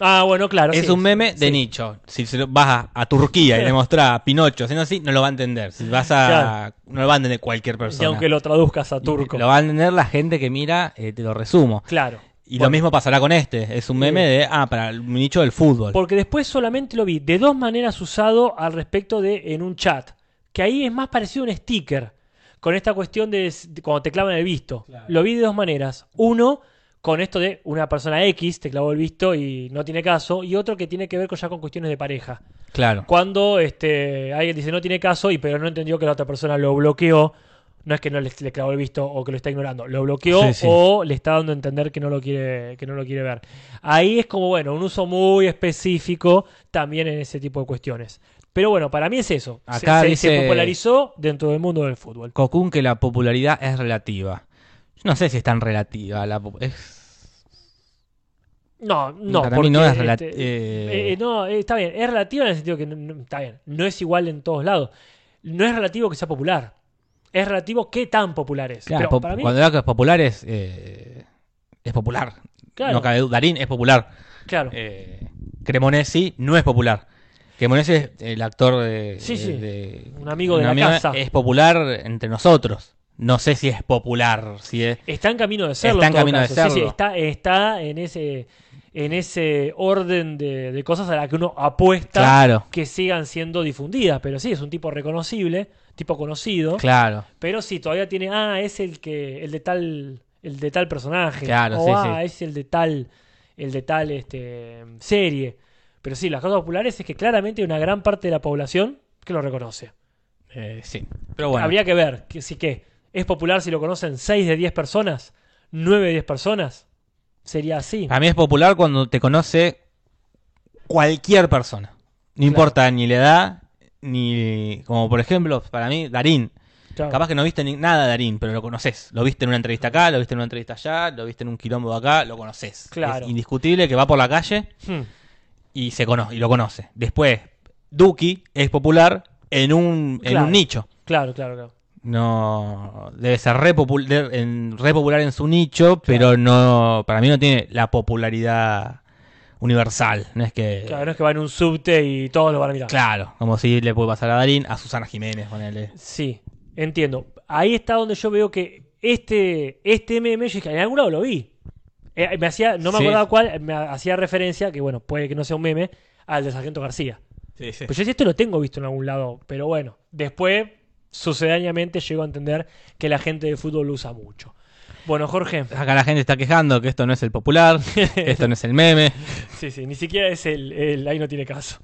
B: Ah, bueno, claro.
D: es
B: sí,
D: un meme de
B: sí.
D: nicho. Si se lo- vas a, a Turquía y le mostrás a Pinocho, siendo así, no lo va a entender. Si vas a.
B: Claro.
D: No lo va a entender cualquier
B: Y
D: persona.
B: aunque lo traduzcas a turco.
D: Lo va a entender la gente que mira, eh, te lo resumo.
B: Claro.
D: Y
B: Bueno.
D: lo mismo pasará con este. Es un meme
B: Sí.
D: de, ah, para el nicho del fútbol.
B: Porque después solamente lo vi de dos maneras usado al respecto de en un chat. Que ahí es más parecido a un sticker. Con esta cuestión de, s- de cuando te clavan el visto. Lo vi de dos maneras. Uno, con esto de una persona X te clavó el visto y no tiene caso. Y otro que tiene que ver con, ya con cuestiones de pareja.
D: Claro.
B: Cuando este, alguien dice no tiene caso, y pero no entendió que la otra persona lo bloqueó. No es que no le, le clavó el visto o que lo está ignorando, lo bloqueó
D: Sí, sí.
B: o le está dando a entender que no lo quiere, que no lo quiere ver. Ahí es como, bueno, un uso muy específico también en ese tipo de cuestiones. Pero bueno, para mí es eso. Se-
D: Acá
B: se, se
D: dice-
B: popularizó dentro del mundo del fútbol.
D: Cocoon que la popularidad es relativa. Yo no sé si es tan relativa. La pop- es-
B: No, no,
D: para mí no
B: porque,
D: es relati-
B: este,
D: eh.
B: eh, no, eh, está bien, es relativo en el sentido que no- no- está bien, no es igual en todos lados. No es relativo que sea popular. Es relativo qué tan popular es.
D: claro,
B: Pero
D: pop-
B: para mí,
D: Cuando algo es popular es. eh, es popular.
B: claro,
D: No cabe duda. Darín es popular.
B: claro.
D: Eh, Cremonesi no es popular. Cremonesi es el actor de,
B: Sí, sí.
D: de-
B: Un amigo de la casa.
D: Es popular entre nosotros. No sé si es popular, si es...
B: Está en camino de serlo.
D: Está en
B: todo
D: camino de
B: caso. Sí, sí,
D: serlo.
B: está, está en ese en ese orden de, de cosas a la que uno apuesta
D: Claro,
B: que sigan siendo difundidas. Pero sí, es un tipo reconocible, tipo conocido.
D: claro.
B: Pero sí, todavía tiene, ah, es el que, el de tal, el de tal personaje.
D: Claro,
B: o
D: sí,
B: ah,
D: sí.
B: es el de tal, el de tal este serie. Pero sí, las cosas populares es que claramente hay una gran parte de la población que lo reconoce.
D: Eh, sí. Pero bueno,
B: Habría que ver que, si que es popular si lo conocen 6 de 10 personas, 9 de 10 personas. Sería así.
D: a mí es popular cuando te conoce cualquier persona. No importa ni la edad, ni... Como por ejemplo, para mí, Darín.
B: Claro.
D: Capaz que no viste ni nada de Darín, pero lo conoces. Lo viste en una entrevista acá, lo viste en una entrevista allá, lo viste en un quilombo de acá, lo conoces.
B: Claro.
D: Es indiscutible que va por la calle
B: Hmm.
D: y, se cono- y lo conoce. Después, Duki es popular en un, en
B: Claro.
D: un nicho.
B: Claro, claro, claro.
D: No, debe ser re, popul- de- en- re popular en su nicho, pero no, para mí no tiene la popularidad universal. No es que,
B: Claro, no es que va en un subte y todos lo van a mirar.
D: Claro, como si le puede pasar a Darín, a Susana Jiménez, ponele.
B: Sí, entiendo. Ahí está donde yo veo que este, este meme, yo dije, en algún lado lo vi. Eh, me hacía, no me
D: Sí.
B: acordaba cuál, me hacía referencia, que bueno, puede que no sea un meme, al de Sargento García. Pues yo decía, esto lo tengo visto en algún lado, pero bueno, después sucedáneamente llego a entender que la gente de fútbol lo usa mucho. Bueno, Jorge,
D: Acá la gente está quejando que esto no es el popular, que esto no es el meme.
B: sí, sí, ni siquiera es el, el- ahí no tiene caso.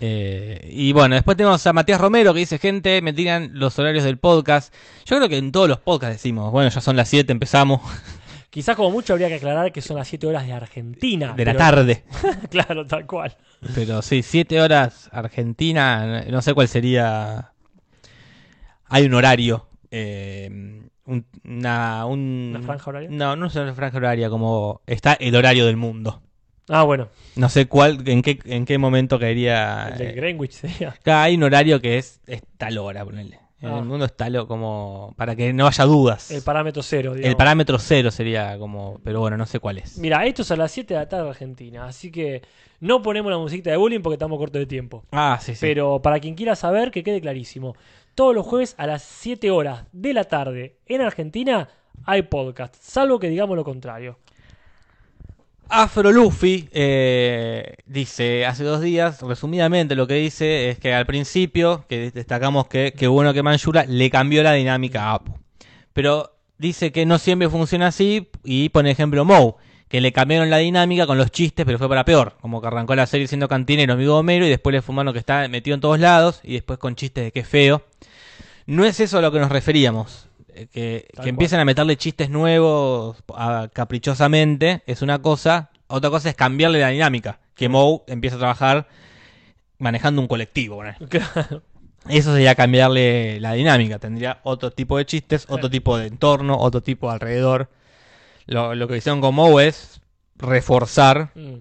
D: Eh, y bueno, después tenemos a Matías Romero que dice, gente, me tiran los horarios del podcast. Yo creo que en todos los podcasts decimos, bueno, ya son las 7, empezamos,
B: Quizás como mucho habría que aclarar que son las 7 horas de Argentina.
D: de la
B: Ah, pero-
D: tarde.
B: Claro, tal cual.
D: Pero sí, 7 horas Argentina, no sé cuál sería... Hay un horario. eh, un- una, un-
B: ¿Una franja horaria?
D: No, no es una franja horaria, como está el horario del mundo.
B: Ah, bueno,
D: No sé cuál, en qué, en qué momento caería.
B: el de
D: eh,
B: Greenwich sería.
D: Acá hay un horario que es, es tal hora, ponele. En
B: Ah.
D: el mundo es tal o- como. para que no haya dudas.
B: El
D: El,
B: parámetro cero, digamos.
D: parámetro cero sería como. Pero bueno, no sé cuál es.
B: Mira, esto es a las 7 de la tarde Argentina, así que no ponemos la musiquita de bullying porque estamos cortos de tiempo.
D: Ah, sí, sí.
B: Pero para quien quiera saber, que quede clarísimo. Todos los jueves a las 7 horas de la tarde en Argentina hay podcast, salvo que digamos lo contrario.
D: Afro Luffy eh, dice hace dos días, resumidamente, lo que dice es que al principio, que destacamos que qué bueno que Manchura le cambió la dinámica a Apu. Pero dice que no siempre funciona así y pone ejemplo Moe, que le cambiaron la dinámica con los chistes, pero fue para peor. Como que arrancó la serie siendo cantinero, amigo Homero, y después le fumaron que está metido en todos lados, y después con chistes de qué feo. No es eso a lo que nos referíamos. eh, Que,
B: Tal
D: que empiezan a meterle chistes nuevos a- caprichosamente es una cosa. Otra cosa es cambiarle la dinámica. Que Moe empieza a trabajar manejando un colectivo. ponele. Eso sería cambiarle la dinámica. Tendría otro tipo de chistes, otro tipo de entorno, otro tipo de alrededor. Lo, lo que hicieron con Moe es reforzar
B: Mm.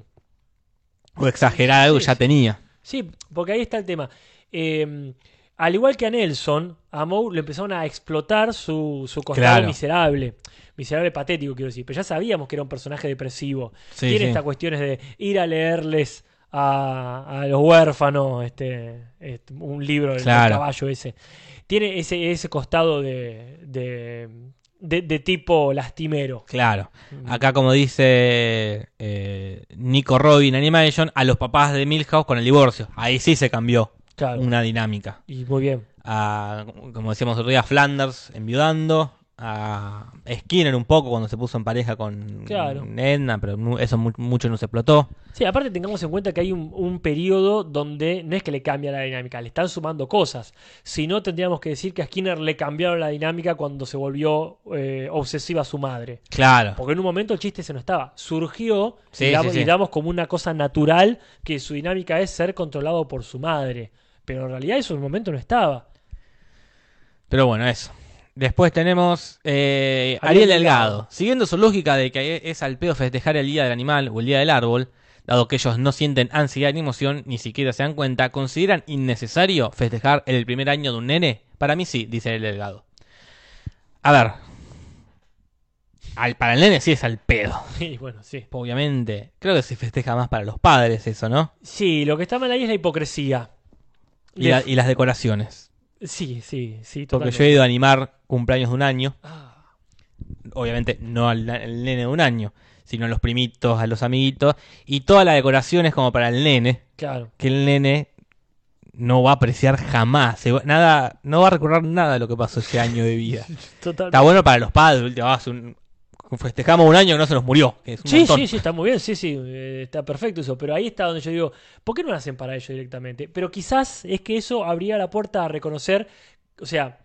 D: o exagerar algo que ya tenía.
B: Sí, porque ahí está el tema. Eh, al igual que a Nelson, a Moe le empezaron a explotar su, su costado
D: Claro.
B: miserable. Miserable patético, quiero decir. Pero ya sabíamos que era un personaje depresivo.
D: Sí,
B: tiene
D: sí.
B: estas cuestiones de ir a leerles a, a los huérfanos este, este, un libro del
D: Claro.
B: caballo ese. Tiene ese, ese costado de, de, de- de tipo lastimero.
D: Claro. Mm. Acá, como dice eh, Nico Robin Animation, a los papás de Milhouse con el divorcio. Ahí sí se cambió
B: Claro.
D: una dinámica.
B: Y muy bien.
D: A, como decíamos el otro día, Flanders enviudando. A Skinner un poco cuando se puso en pareja con
B: Claro.
D: Edna, pero mu- eso mu- mucho no se explotó.
B: Sí, aparte tengamos en cuenta que hay un, un periodo donde no es que le cambia la dinámica, le están sumando cosas. Si no, tendríamos que decir que a Skinner le cambiaron la dinámica cuando se volvió eh, obsesiva su madre.
D: Claro.
B: Porque en un momento el chiste se no estaba. Surgió
D: Sí,
B: y, damos,
D: sí, sí.
B: y damos como una cosa natural que su dinámica es ser controlado por su madre. Pero en realidad eso en un momento no estaba.
D: Pero bueno, eso. Después tenemos eh,
B: Ariel
D: Ariel, Delgado.
B: Delgado.
D: Siguiendo su lógica de que es al pedo festejar el día del animal o el día del árbol, dado que ellos no sienten ansiedad ni emoción, ni siquiera se dan cuenta, ¿consideran innecesario festejar el primer año de un nene? Para mí sí, dice Ariel Delgado. A ver. Al, para el nene sí es al pedo,
B: Y bueno, sí.
D: obviamente. Creo que se festeja más para los padres eso, ¿no?
B: Sí, lo que está mal ahí es la hipocresía.
D: Y, la- y las decoraciones.
B: Sí, sí, sí.
D: Porque
B: totalmente.
D: yo he ido a animar cumpleaños de un año.
B: Ah,
D: obviamente no al, al nene de un año, sino a los primitos, a los amiguitos, y toda la decoración es como para el nene,
B: claro.
D: que el nene no va a apreciar jamás, se va- nada, no va a recordar nada de lo que pasó ese año de vida.
B: Totalmente.
D: Está bueno para los padres, última, vas un- festejamos un año que no se nos murió, que es un
B: Sí,
D: montón.
B: sí, sí, está muy bien, sí, sí, eh, está perfecto eso, pero ahí está donde yo digo, ¿por qué no lo hacen para ello directamente? Pero quizás es que eso abría la puerta a reconocer, o sea,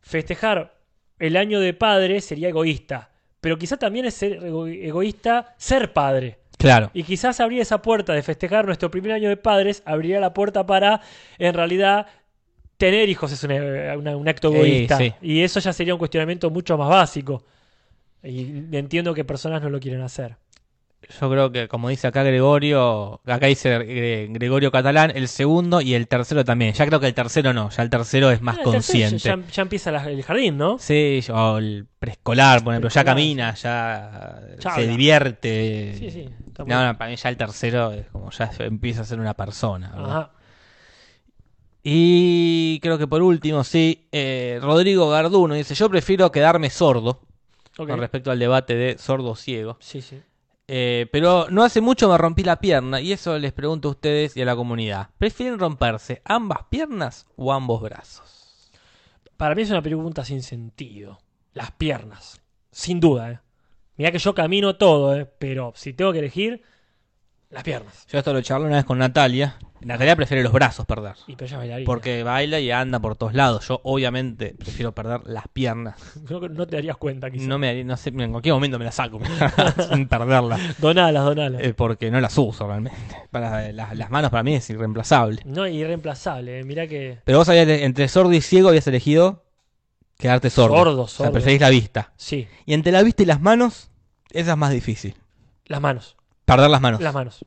B: festejar el año de padre sería egoísta, pero quizás también es ser ego- egoísta ser padre.
D: Claro,
B: Y quizás abrir esa puerta de festejar nuestro primer año de padres, abriría la puerta para, en realidad, tener hijos es una- una- un acto
D: Sí,
B: egoísta.
D: sí.
B: Y eso ya sería un cuestionamiento mucho más básico. Y entiendo que personas no lo quieren hacer.
D: Yo creo que, como dice acá Gregorio, acá dice Gre- Gregorio Catalán, el segundo y el tercero también. Ya creo que el tercero no, ya el tercero es más
B: Ah, ya- ya-
D: consciente.
B: Ya, ya empieza la- el jardín, ¿no?
D: Sí, o el preescolar, por ejemplo, ya
B: Preescolar,
D: camina, ya se
B: Ya habla.
D: divierte.
B: Sí, sí. está muy-
D: No, no, para mí ya el tercero es como ya empieza a ser una persona. ¿verdad?
B: Ajá.
D: Y creo que por último, sí, eh, Rodrigo Garduno dice, yo prefiero quedarme sordo
B: ok.
D: con respecto al debate de sordo-ciego.
B: Sí, sí.
D: Eh, pero no hace mucho me rompí la pierna y eso les pregunto a ustedes y a la comunidad. ¿Prefieren romperse ambas piernas o ambos brazos?
B: Para mí es una pregunta sin sentido. Las piernas. Sin duda, ¿eh? Mirá que yo camino todo, ¿eh? Pero si tengo que elegir, las piernas.
D: Yo esto lo charlé una vez con Natalia. Natalia prefiere los brazos perder.
B: Y pero ella es bailarina.
D: Porque baila y anda por todos lados. Yo obviamente prefiero perder las piernas.
B: No, no te darías cuenta, quizás.
D: No me haría- no sé, en cualquier momento me las saco sin perderlas.
B: Donalas, donalas.
D: Eh, porque no las uso realmente. Para, eh, las, las manos para mí es irreemplazable.
B: No, irreemplazable, ¿eh? Mirá que.
D: Pero vos habías, entre sordo y ciego habías elegido quedarte sordo.
B: Sordo,
D: O sea,
B: sordo.
D: preferís la vista.
B: Sí,
D: Y entre la vista y las manos, esa es más difícil.
B: las manos.
D: Perder las manos.
B: Las manos.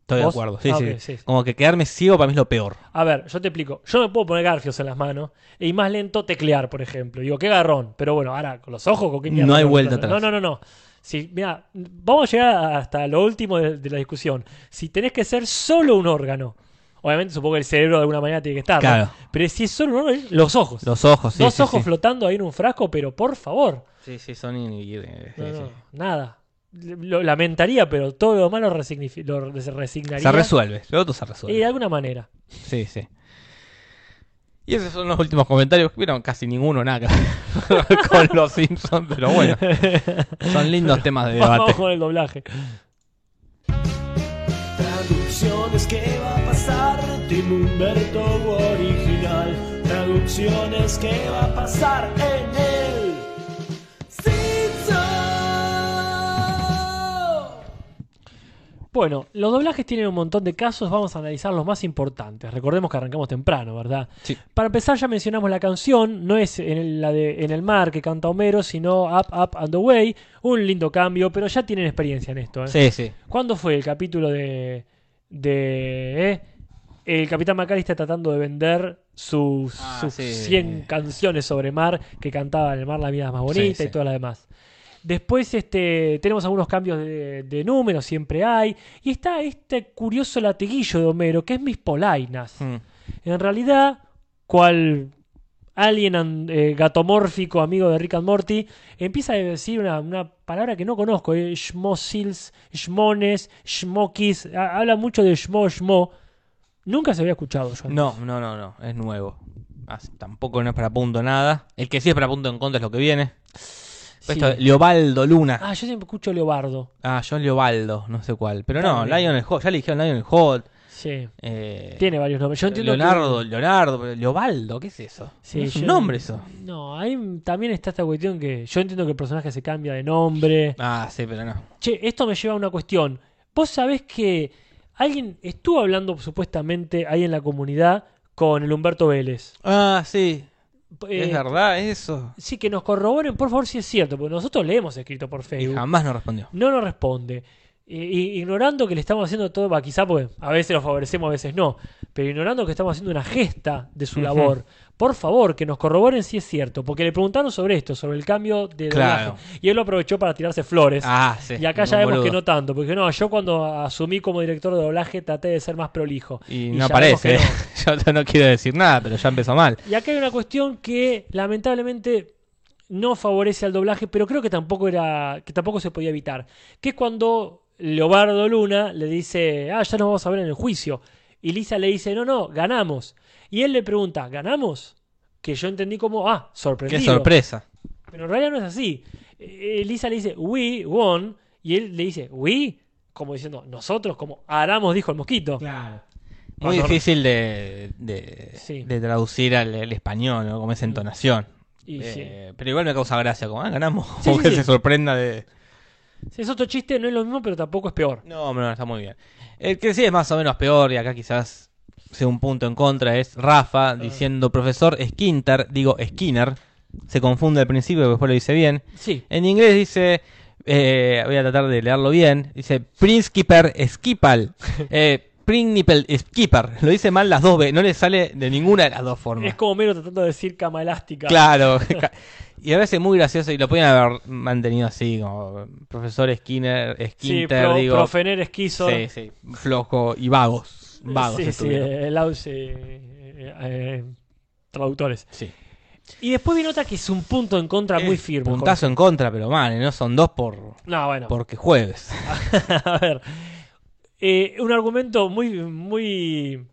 D: Estoy de
B: ¿Vos?
D: acuerdo. Sí,
B: Ah,
D: sí.
B: ok, sí, sí.
D: Como que quedarme ciego para mí es lo peor.
B: A ver, yo te explico. Yo me puedo poner garfios en las manos y más lento teclear, por ejemplo. Digo, qué garrón. Pero bueno, ahora con los ojos, ¿con qué mierda
D: No hay
B: voy a
D: vuelta
B: reemplazar?
D: atrás.
B: No, no, no, no. Si, mira, vamos a llegar hasta lo último de, de la discusión. Si tenés que ser solo un órgano, obviamente supongo que el cerebro de alguna manera tiene que estar. ¿no?
D: Claro.
B: Pero si es solo un órgano, los ojos.
D: Los ojos, sí.
B: Dos
D: sí,
B: ojos
D: sí.
B: flotando ahí en un frasco, pero por favor.
D: Sí, sí, son. in- eh,
B: No,
D: sí,
B: no,
D: sí.
B: nada. Lo lamentaría, pero todo lo malo resignifi- lo resignaría.
D: Se resuelve. Lo otro se resuelve.
B: Y de alguna manera.
D: Sí, sí. Y esos son los últimos comentarios. Vieron casi ninguno, nada que ver con los Simpsons, pero bueno. Son lindos temas de
B: Vamos
D: debate.
B: con el doblaje.
A: Traducciones que va a pasar Tim Humberto original Traducciones que va a pasar en el Simpson
B: Bueno, los doblajes tienen un montón de casos, vamos a analizar los más importantes. Recordemos que arrancamos temprano, ¿verdad?
D: Sí.
B: Para empezar, ya mencionamos la canción, no es en el, la de En el mar que canta Homero, sino Up, Up and Away. Un lindo cambio, pero ya tienen experiencia en esto. ¿eh?
D: Sí, sí.
B: ¿Cuándo fue el capítulo de. de. eh, el Capitán Macari está tratando de vender sus,
D: Ah,
B: sus
D: sí.
B: 100 canciones sobre mar que cantaba en el mar La vida es más bonita
D: Sí,
B: y
D: sí.
B: todas las demás. Después este, tenemos algunos cambios de, de números, siempre hay. Y está este curioso latiguillo de Homero, que es Mis Polainas.
D: Mm.
B: En realidad, cual alien an- eh, gatomórfico amigo de Rick and Morty, empieza a decir una, una palabra que no conozco, eh, shmosils, shmones, shmokis, ha- habla mucho de shmo, shmo. Nunca se había escuchado yo.
D: No, no, no, no. Es nuevo. Así, tampoco no es para punto nada. El que sí es para punto en contra es lo que viene.
B: Sí.
D: Esto es Leobaldo Luna.
B: Ah, yo siempre escucho Leobardo.
D: Ah, John Leobaldo, no sé cuál. Pero no,
B: También.
D: Lionel Hot. Ya le dijeron Lionel Hot.
B: Sí,
D: eh,
B: tiene varios nombres. Yo entiendo que-
D: Leonardo, Leonardo, pero Leobaldo, ¿qué es eso?
B: Sí,
D: No es un
B: yo-
D: nombre eso.
B: No, ahí también está esta cuestión que yo entiendo que el personaje se cambia de nombre.
D: Ah, sí, pero no.
B: Che, esto me lleva a una cuestión. Vos sabés que alguien estuvo hablando supuestamente ahí en la comunidad con el Humberto Vélez.
D: Ah, sí.
B: Eh,
D: es verdad eso.
B: sí, que nos corroboren, por favor, si es cierto, porque nosotros le hemos escrito por
D: Y
B: Facebook.
D: jamás no respondió.
B: No nos responde. I- i- ignorando que le estamos haciendo todo, bah, quizá porque a veces lo favorecemos, a veces no, pero ignorando que estamos haciendo una gesta de su
D: Ujú.
B: labor, por favor, que nos corroboren si es cierto, porque le preguntaron sobre esto, sobre el cambio de
D: Claro.
B: doblaje, y él lo aprovechó para tirarse flores.
D: Ah, sí.
B: Y acá
D: un
B: ya vemos
D: boludo.
B: que no tanto, porque no, yo cuando asumí como director de doblaje traté de ser más prolijo.
D: Y no
B: ya vemos
D: aparece.
B: que no.
D: Yo no quiero decir nada, pero ya empezó mal.
B: Y acá hay una cuestión que lamentablemente no favorece al doblaje, pero creo que tampoco era que tampoco se podía evitar, que es cuando Leobardo Luna le dice, "Ah, ya nos vamos a ver en el juicio." Y Lisa le dice, "No, no, ganamos." Y él le pregunta, "¿Ganamos?" Que yo entendí como, "Ah, sorprendido."
D: Qué sorpresa.
B: Pero en realidad no es así. Eh, eh, Lisa le dice, "We won" y él le dice, "We" como diciendo, "Nosotros como Aramos dijo el mosquito."
D: Muy
B: Cuando-
D: difícil de, de,
B: Sí.
D: de traducir al, al español, ¿no? como esa entonación.
B: Y sí.
D: Eh, Pero igual me causa gracia, como, ah, ganamos.
B: Sí,
D: como
B: sí,
D: que
B: sí.
D: se sorprenda de.
B: Es otro chiste, no es lo mismo, pero tampoco es peor.
D: No, no, está muy bien. El que sí es más o menos peor, y acá quizás sea un punto en contra, es
B: Ah.
D: Rafa diciendo, profesor Skinter, digo Skinner, se confunde al principio, pero después lo dice bien.
B: Sí.
D: En inglés dice Eh, voy a tratar de leerlo bien. Dice Prinskiper Skipal. Eh, Pringnipel Skipper. Lo dice mal las dos veces. No le sale de ninguna de las dos formas.
B: Es como mero tratando de decir cama elástica.
D: Claro. y a veces muy gracioso. Y lo podían haber mantenido así, como profesor Skinner,
B: Sí,
D: Skinter,
B: pro-
D: digo.
B: profener esquizo.
D: Sí, sí. Flojo y vagos. Vagos
B: sí, sí,
D: estuvieron.
B: el aus- eh, eh, eh, traductores.
D: Sí.
B: Y después viene otra que es un punto en contra muy
D: Eh,
B: firme.
D: Puntazo en contra, pero man, no son dos por
B: Jorge. No, bueno.
D: porque jueves.
B: a ver. Eh, un argumento muy, muy,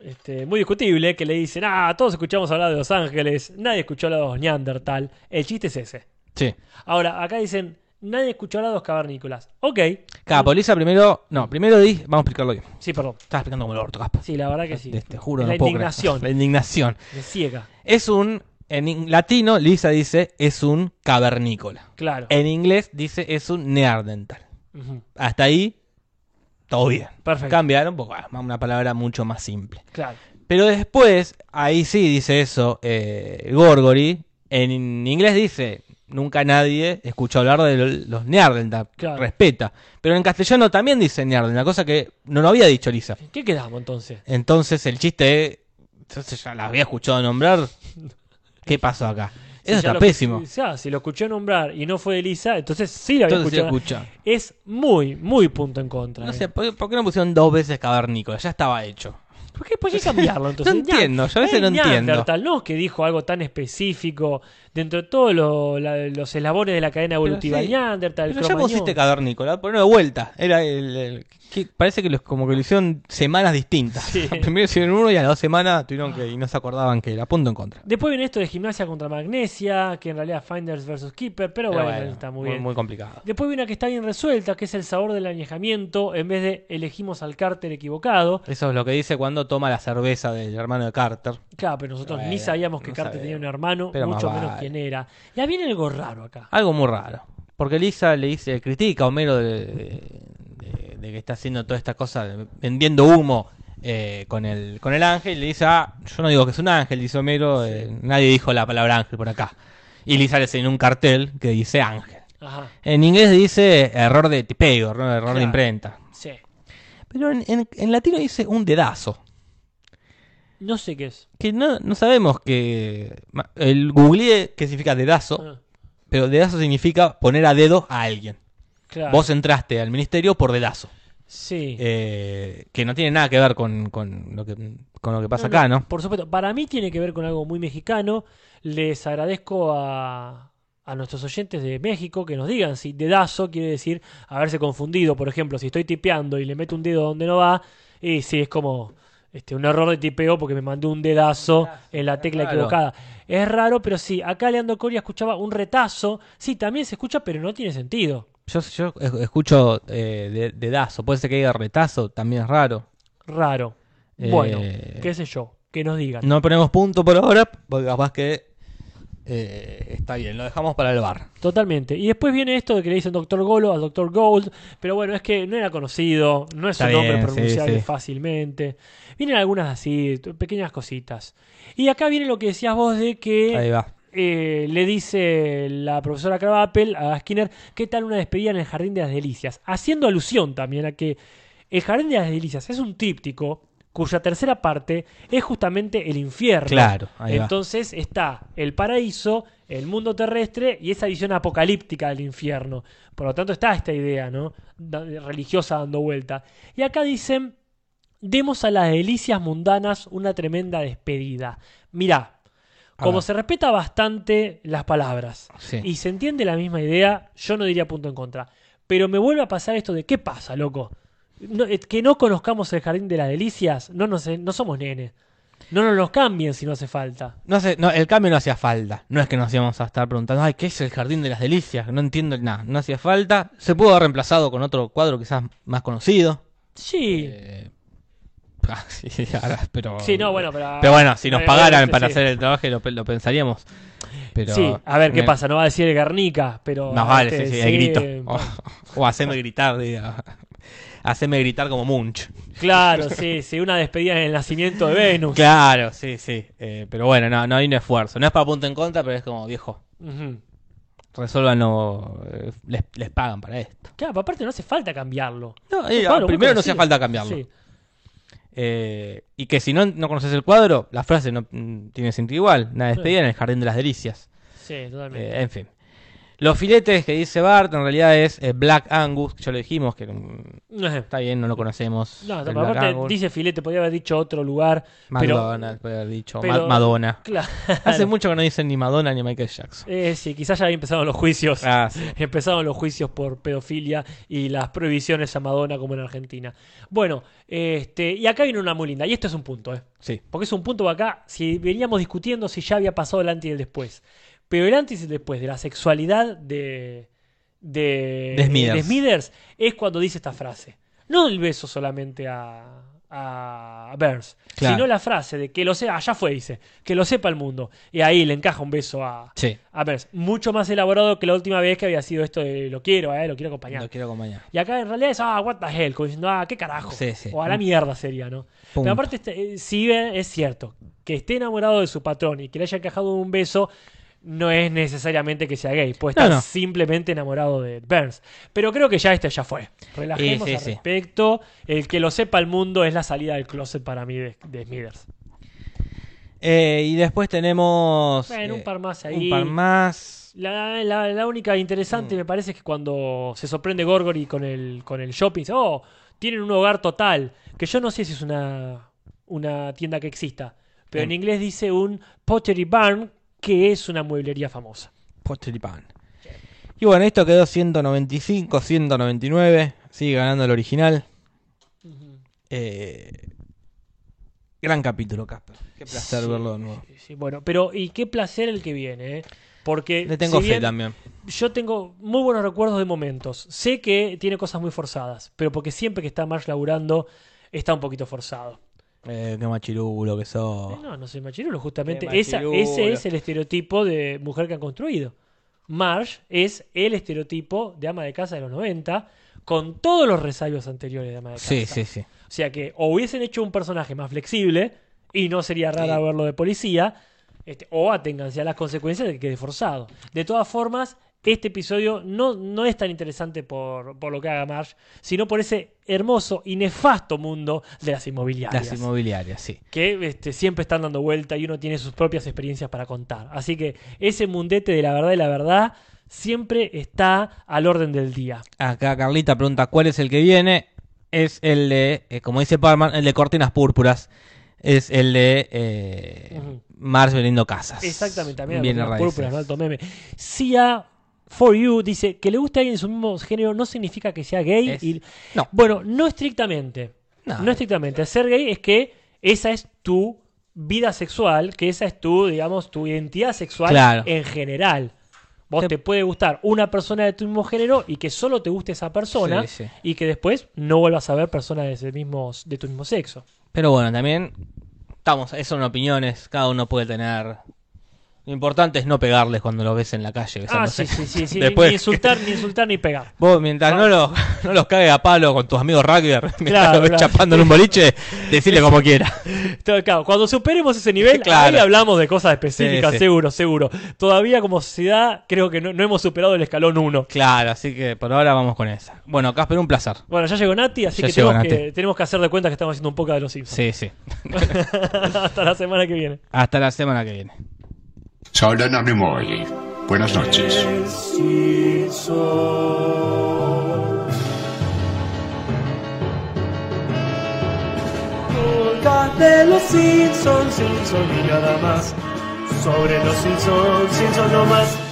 B: este, muy discutible que le dicen, ah, todos escuchamos hablar de Los Ángeles, nadie escuchó hablar de los Neandertal. El chiste es ese.
D: Sí.
B: Ahora, acá dicen, nadie escuchó hablar de los cavernícolas. Ok.
D: Capoliza primero. No, primero di. Vamos a explicarlo bien.
B: Sí, perdón.
D: Estaba explicando como el orto, Gaspa.
B: Sí, la verdad que sí.
D: Te, te juro,
B: la
D: no puedo creer.
B: indignación
D: La indignación.
B: me ciega.
D: Es un. En in- latino, Lisa dice, es un cavernícola.
B: Claro.
D: En inglés dice, es un neandertal.
B: Ujú.
D: Hasta ahí, todo bien.
B: Perfecto.
D: Cambiaron, porque bueno, una palabra mucho más simple.
B: Claro.
D: Pero después, ahí sí dice eso eh, Gorgory. En inglés dice, nunca nadie escuchó hablar de lo- los Neardental,
B: Claro.
D: respeta. Pero en castellano también dice Neardental, cosa que no lo había dicho Lisa.
B: ¿Qué quedamos entonces?
D: Entonces el chiste es, entonces ya la había escuchado nombrar, ¿qué pasó acá? Eso
B: Si ya
D: está
B: lo
D: pésimo.
B: escuché- ya, si lo escuché nombrar y no fue de Lisa, entonces sí la había
D: Entonces se
B: escuchado.
D: escucha.
B: Es muy, muy punto en contra.
D: No
B: eh.
D: sé, ¿por, por qué no pusieron dos veces cavernícola? Ya estaba hecho.
B: ¿Por qué, por qué cambiarlo entonces?
D: No entiendo, yo a veces
B: eh,
D: no entiendo.
B: Neandertal, no es que dijo algo tan específico dentro de todos lo- la- los eslabones de la cadena evolutiva.
D: sí,
B: Neandertal,
D: Pero ya
B: Cromañón.
D: pusiste cavernícola, ponelo de vuelta. Era el, el- que parece que los, como que lo hicieron semanas distintas.
B: Sí.
D: Primero hicieron uno y a las dos semanas tuvieron que, y no se acordaban que era punto en contra.
B: Después viene esto de gimnasia contra magnesia, que en realidad Finders versus Keeper, pero,
D: Pero
B: bueno,
D: bueno,
B: está muy bien.
D: complicado.
B: Después viene una que está bien resuelta, que es el sabor del añejamiento, en vez de elegimos al cárter equivocado.
D: Eso es lo que dice cuando toma la cerveza del hermano de Carter.
B: Claro, pero nosotros
D: Bueno,
B: ni sabíamos que
D: no
B: Carter tenía
D: sabemos.
B: un hermano,
D: Pero
B: mucho
D: más
B: menos
D: vale.
B: quién era. Ya viene algo raro acá.
D: Algo muy raro. Porque Lisa le dice, critica a Homero de, de- de que está haciendo toda esta cosa, de- vendiendo humo eh, con, el, con el ángel. Y le dice, ah, yo no digo que es un ángel, dice Homero, eh, nadie dijo la palabra ángel por acá. Y Lisa le enseña un cartel que dice ángel.
B: Ajá,
D: En inglés dice error de tipeo, error, error
B: Claro.
D: de imprenta.
B: sí.
D: Pero en, en- en latino dice un dedazo.
B: No sé qué es.
D: Que no, no sabemos que... ma- El googleé que significa dedazo,
B: Ah,
D: pero dedazo significa poner a dedo a alguien.
B: claro.
D: Vos entraste al ministerio por dedazo.
B: Sí.
D: Eh, que no tiene nada que ver con, con lo, que, con lo que pasa
B: No, no,
D: acá, ¿no?
B: Por supuesto, para mí tiene que ver con algo muy mexicano. Les agradezco a, a nuestros oyentes de México que nos digan si dedazo quiere decir haberse confundido. Por ejemplo, si estoy tipeando y le meto un dedo donde no va, y si es como este, un error de tipeo porque me mandé un dedazo en la tecla
D: raro.
B: equivocada. Es raro, pero sí, acá Leandro Coria escuchaba un retazo. Sí, también se escucha, pero no tiene sentido.
D: Yo, yo es- escucho eh, de- dedazo, puede ser que diga retazo, también es raro.
B: Raro. Bueno,
D: Eh.
B: qué sé yo, que nos digan.
D: No ponemos punto por ahora, porque capaz que eh, está bien, lo dejamos para el bar.
B: Totalmente. Y después viene esto de que le dicen Doctor Golo al Doctor Gold, pero bueno, es que no era conocido, no es
D: Está
B: un nombre
D: bien, sí,
B: pronunciable
D: sí.
B: fácilmente. Vienen algunas así, t- pequeñas cositas. Y acá viene lo que decías vos de
D: Ahí
B: que
D: va.
B: eh, le dice la profesora Crabapel a Skinner, ¿qué tal una despedida en el Jardín de las Delicias? Haciendo alusión también a que el Jardín de las Delicias es un tríptico cuya tercera parte es justamente el infierno.
D: Claro, ahí va.
B: Entonces está el paraíso, el mundo terrestre y esa visión apocalíptica del infierno. Por lo tanto está esta idea, ¿no? Da- religiosa dando vuelta. Y acá dicen, demos a las delicias mundanas una tremenda despedida. Mirá,
D: A
B: como
D: ver.
B: se respeta bastante las palabras
D: Sí.
B: y se entiende la misma idea, yo no diría punto en contra. Pero me vuelve a pasar esto de, ¿qué pasa, loco? No- eh, que no conozcamos el jardín de las delicias, no, nos, no somos nenes. No nos los cambien si no hace falta.
D: No hace- no, el cambio no hacía falta. No es que nos íbamos a estar preguntando, ay, ¿qué es el Jardín de las Delicias? No entiendo nada. No hacía falta. Se pudo haber reemplazado con otro cuadro quizás más conocido.
B: Sí.
D: Eh, ah, sí, ahora, pero,
B: Sí, no, bueno, pero-
D: bueno, si nos
B: Eh,
D: pagaran
B: obviamente,
D: para
B: sí.
D: hacer el trabajo lo, pe- lo pensaríamos. Pero,
B: sí, a ver qué
D: me-
B: pasa, no va a decir Guernica, pero.
D: Más vale,
B: este,
D: sí, sí, el grito.
B: eh,
D: O, o haceme gritar, diga. Haceme gritar como Munch.
B: Claro, sí, sí, una despedida en el nacimiento de Venus.
D: Claro, sí, sí. Eh, pero bueno, no, no hay un esfuerzo. No es para punto en contra, pero es como viejo.
B: Ujú.
D: Resuélvanlo. eh, Les, les pagan para esto.
B: Claro, pero aparte no hace falta cambiarlo.
D: No, eh,
B: Claro, vos
D: primero no
B: conocés.
D: hacía falta cambiarlo.
B: Sí.
D: Eh, y que si no, no conoces el cuadro, la frase no mm, tiene sentido igual. Una despedida en el jardín de las delicias.
B: Sí,
D: Eh,
B: totalmente.
D: en fin. Los filetes que dice Bart en realidad es eh, Black Angus, que ya lo dijimos, que mm,
B: no,
D: está bien, no lo conocemos. el
B: pero
D: Black
B: aparte
D: Angus.
B: dice filete, podría haber dicho otro lugar. pero-
D: McDonald's, podría haber dicho. Ma-
B: pero-
D: Madonna.
B: Claro.
D: Hace mucho que no dicen ni Madonna ni Michael Jackson.
B: Eh, sí, quizás ya habían empezado los juicios.
D: Ah, sí.
B: Empezaron los juicios por pedofilia y las prohibiciones a Madonna como en Argentina. Bueno, este, y acá viene una muy linda, y esto es un punto, ¿eh?
D: Sí.
B: Porque es un punto acá, si veníamos discutiendo si ya había pasado el antes y el después. Pero el antes y el después de la sexualidad de, de,
D: De Smithers.
B: de es cuando dice esta frase. No el beso solamente a, a Burns,
D: Claro.
B: sino la frase de que lo sea, allá fue, dice, que lo sepa el mundo. Y ahí le encaja un beso a,
D: Sí.
B: a ver, mucho más elaborado que la última vez que había sido esto de lo quiero, eh, lo quiero acompañar.
D: Lo quiero acompañar.
B: Y acá en realidad es, ah, what the hell, como diciendo, ah, qué carajo.
D: Sí, sí.
B: O a la mierda sería, ¿no?
D: Punto.
B: Pero aparte, este, eh, si bien es cierto, que esté enamorado de su patrón y que le haya encajado un beso, no es necesariamente que sea gay, puede
D: No,
B: estar
D: no.
B: simplemente enamorado de Burns. Pero creo que ya este ya fue. Relajemos
D: Sí, sí,
B: al
D: sí.
B: respecto. El que lo sepa el mundo es la salida del closet para mí de, de Smithers.
D: Eh, y después tenemos.
B: Bueno, un
D: eh,
B: par más ahí.
D: Un par más.
B: La, la- la única interesante me parece es que cuando se sorprende Gorgory con el, con el shopping, dice, oh, tienen un hogar total, que yo no sé si es una, una tienda que exista, pero en
D: Mm.
B: inglés dice un pottery barn, que es una mueblería famosa.
D: Pottery Pan. Y bueno, esto quedó 195, 199. Sigue ganando el original. Eh, gran capítulo, Casper. Qué placer
B: Sí.
D: verlo de nuevo.
B: Sí, sí, bueno, pero y qué placer el que viene, ¿eh? porque
D: Le tengo
B: si
D: fe
B: bien
D: también.
B: yo tengo muy buenos recuerdos de momentos, sé que tiene cosas muy forzadas, pero porque siempre que está Marsh laburando está un poquito forzado.
D: Eh, qué machirulo que
B: Eh,
D: sos.
B: No, no soy machirulo, justamente.
D: Qué
B: Esa-
D: machirulo.
B: ese es el estereotipo de mujer que han construido. Marge es el estereotipo de ama de casa de los 90, con todos los resabios anteriores de ama de casa.
D: Sí, sí, sí.
B: O sea que o hubiesen hecho un personaje más flexible, y no sería raro
D: Sí.
B: verlo de policía, este, o aténganse a las consecuencias de que quede forzado. De todas formas, este episodio no, no es tan interesante por, por lo que haga Marge, sino por ese hermoso y nefasto mundo de las inmobiliarias
D: Las inmobiliarias, sí.
B: que este, siempre están dando vuelta y uno tiene sus propias experiencias para contar. Así que ese mundete de la verdad y la verdad siempre está al orden del día.
D: Acá Carlita pregunta cuál es el que viene. Es el de, eh, como dice Parman, el de cortinas púrpuras. Es el de eh,
B: Ujú.
D: Mars vendiendo casas.
B: Exactamente, también
D: Viene
B: las
D: raíces.
B: púrpuras, no alto meme. Sia for you dice que le guste a alguien de su mismo género no significa que sea gay.
D: Es-
B: y-
D: no.
B: Bueno, no estrictamente.
D: No.
B: No, estrictamente. Ser gay es que esa es tu vida sexual, que esa es tu, digamos, tu identidad sexual
D: Claro.
B: en general. Vos
D: Te-
B: te... puede gustar una persona de tu mismo género y que solo te guste esa persona
D: Sí, sí.
B: y que después no vuelvas a ver personas de, ese mismo, de tu mismo sexo.
D: Pero bueno, también estamos, esas son opiniones, cada uno puede tener. Lo importante es no pegarles cuando los ves en la calle.
B: Ah,
D: besándose.
B: sí, sí, sí, sí.
D: Después-
B: Ni insultar, ni insultar, ni pegar.
D: Vos, mientras no, los, no los cagues a palo con tus amigos rugby, mientras
B: Claro,
D: los ves
B: claro.
D: chapando en un boliche, decirle como quiera.
B: Todo, claro, cuando superemos ese nivel,
D: Claro.
B: ahí hablamos de cosas específicas,
D: Sí, sí.
B: seguro, seguro. Todavía como sociedad creo que no, no hemos superado el escalón 1.
D: Claro, así que por ahora vamos con esa. Bueno, Casper, un placer.
B: Bueno, ya llegó Nati, así
D: Ya
B: que
D: llegó
B: tenemos, que
D: Nati.
B: tenemos que hacer de cuenta que estamos haciendo un poco de los Simpsons.
D: Sí, sí.
B: Hasta la semana que viene.
D: Hasta la semana que viene.
C: Solo no hoy. Buenas noches.
A: Simpson. Podcast de los Simpsons, Simpson y nada más. Sobre los Simpsons, Simpson no más.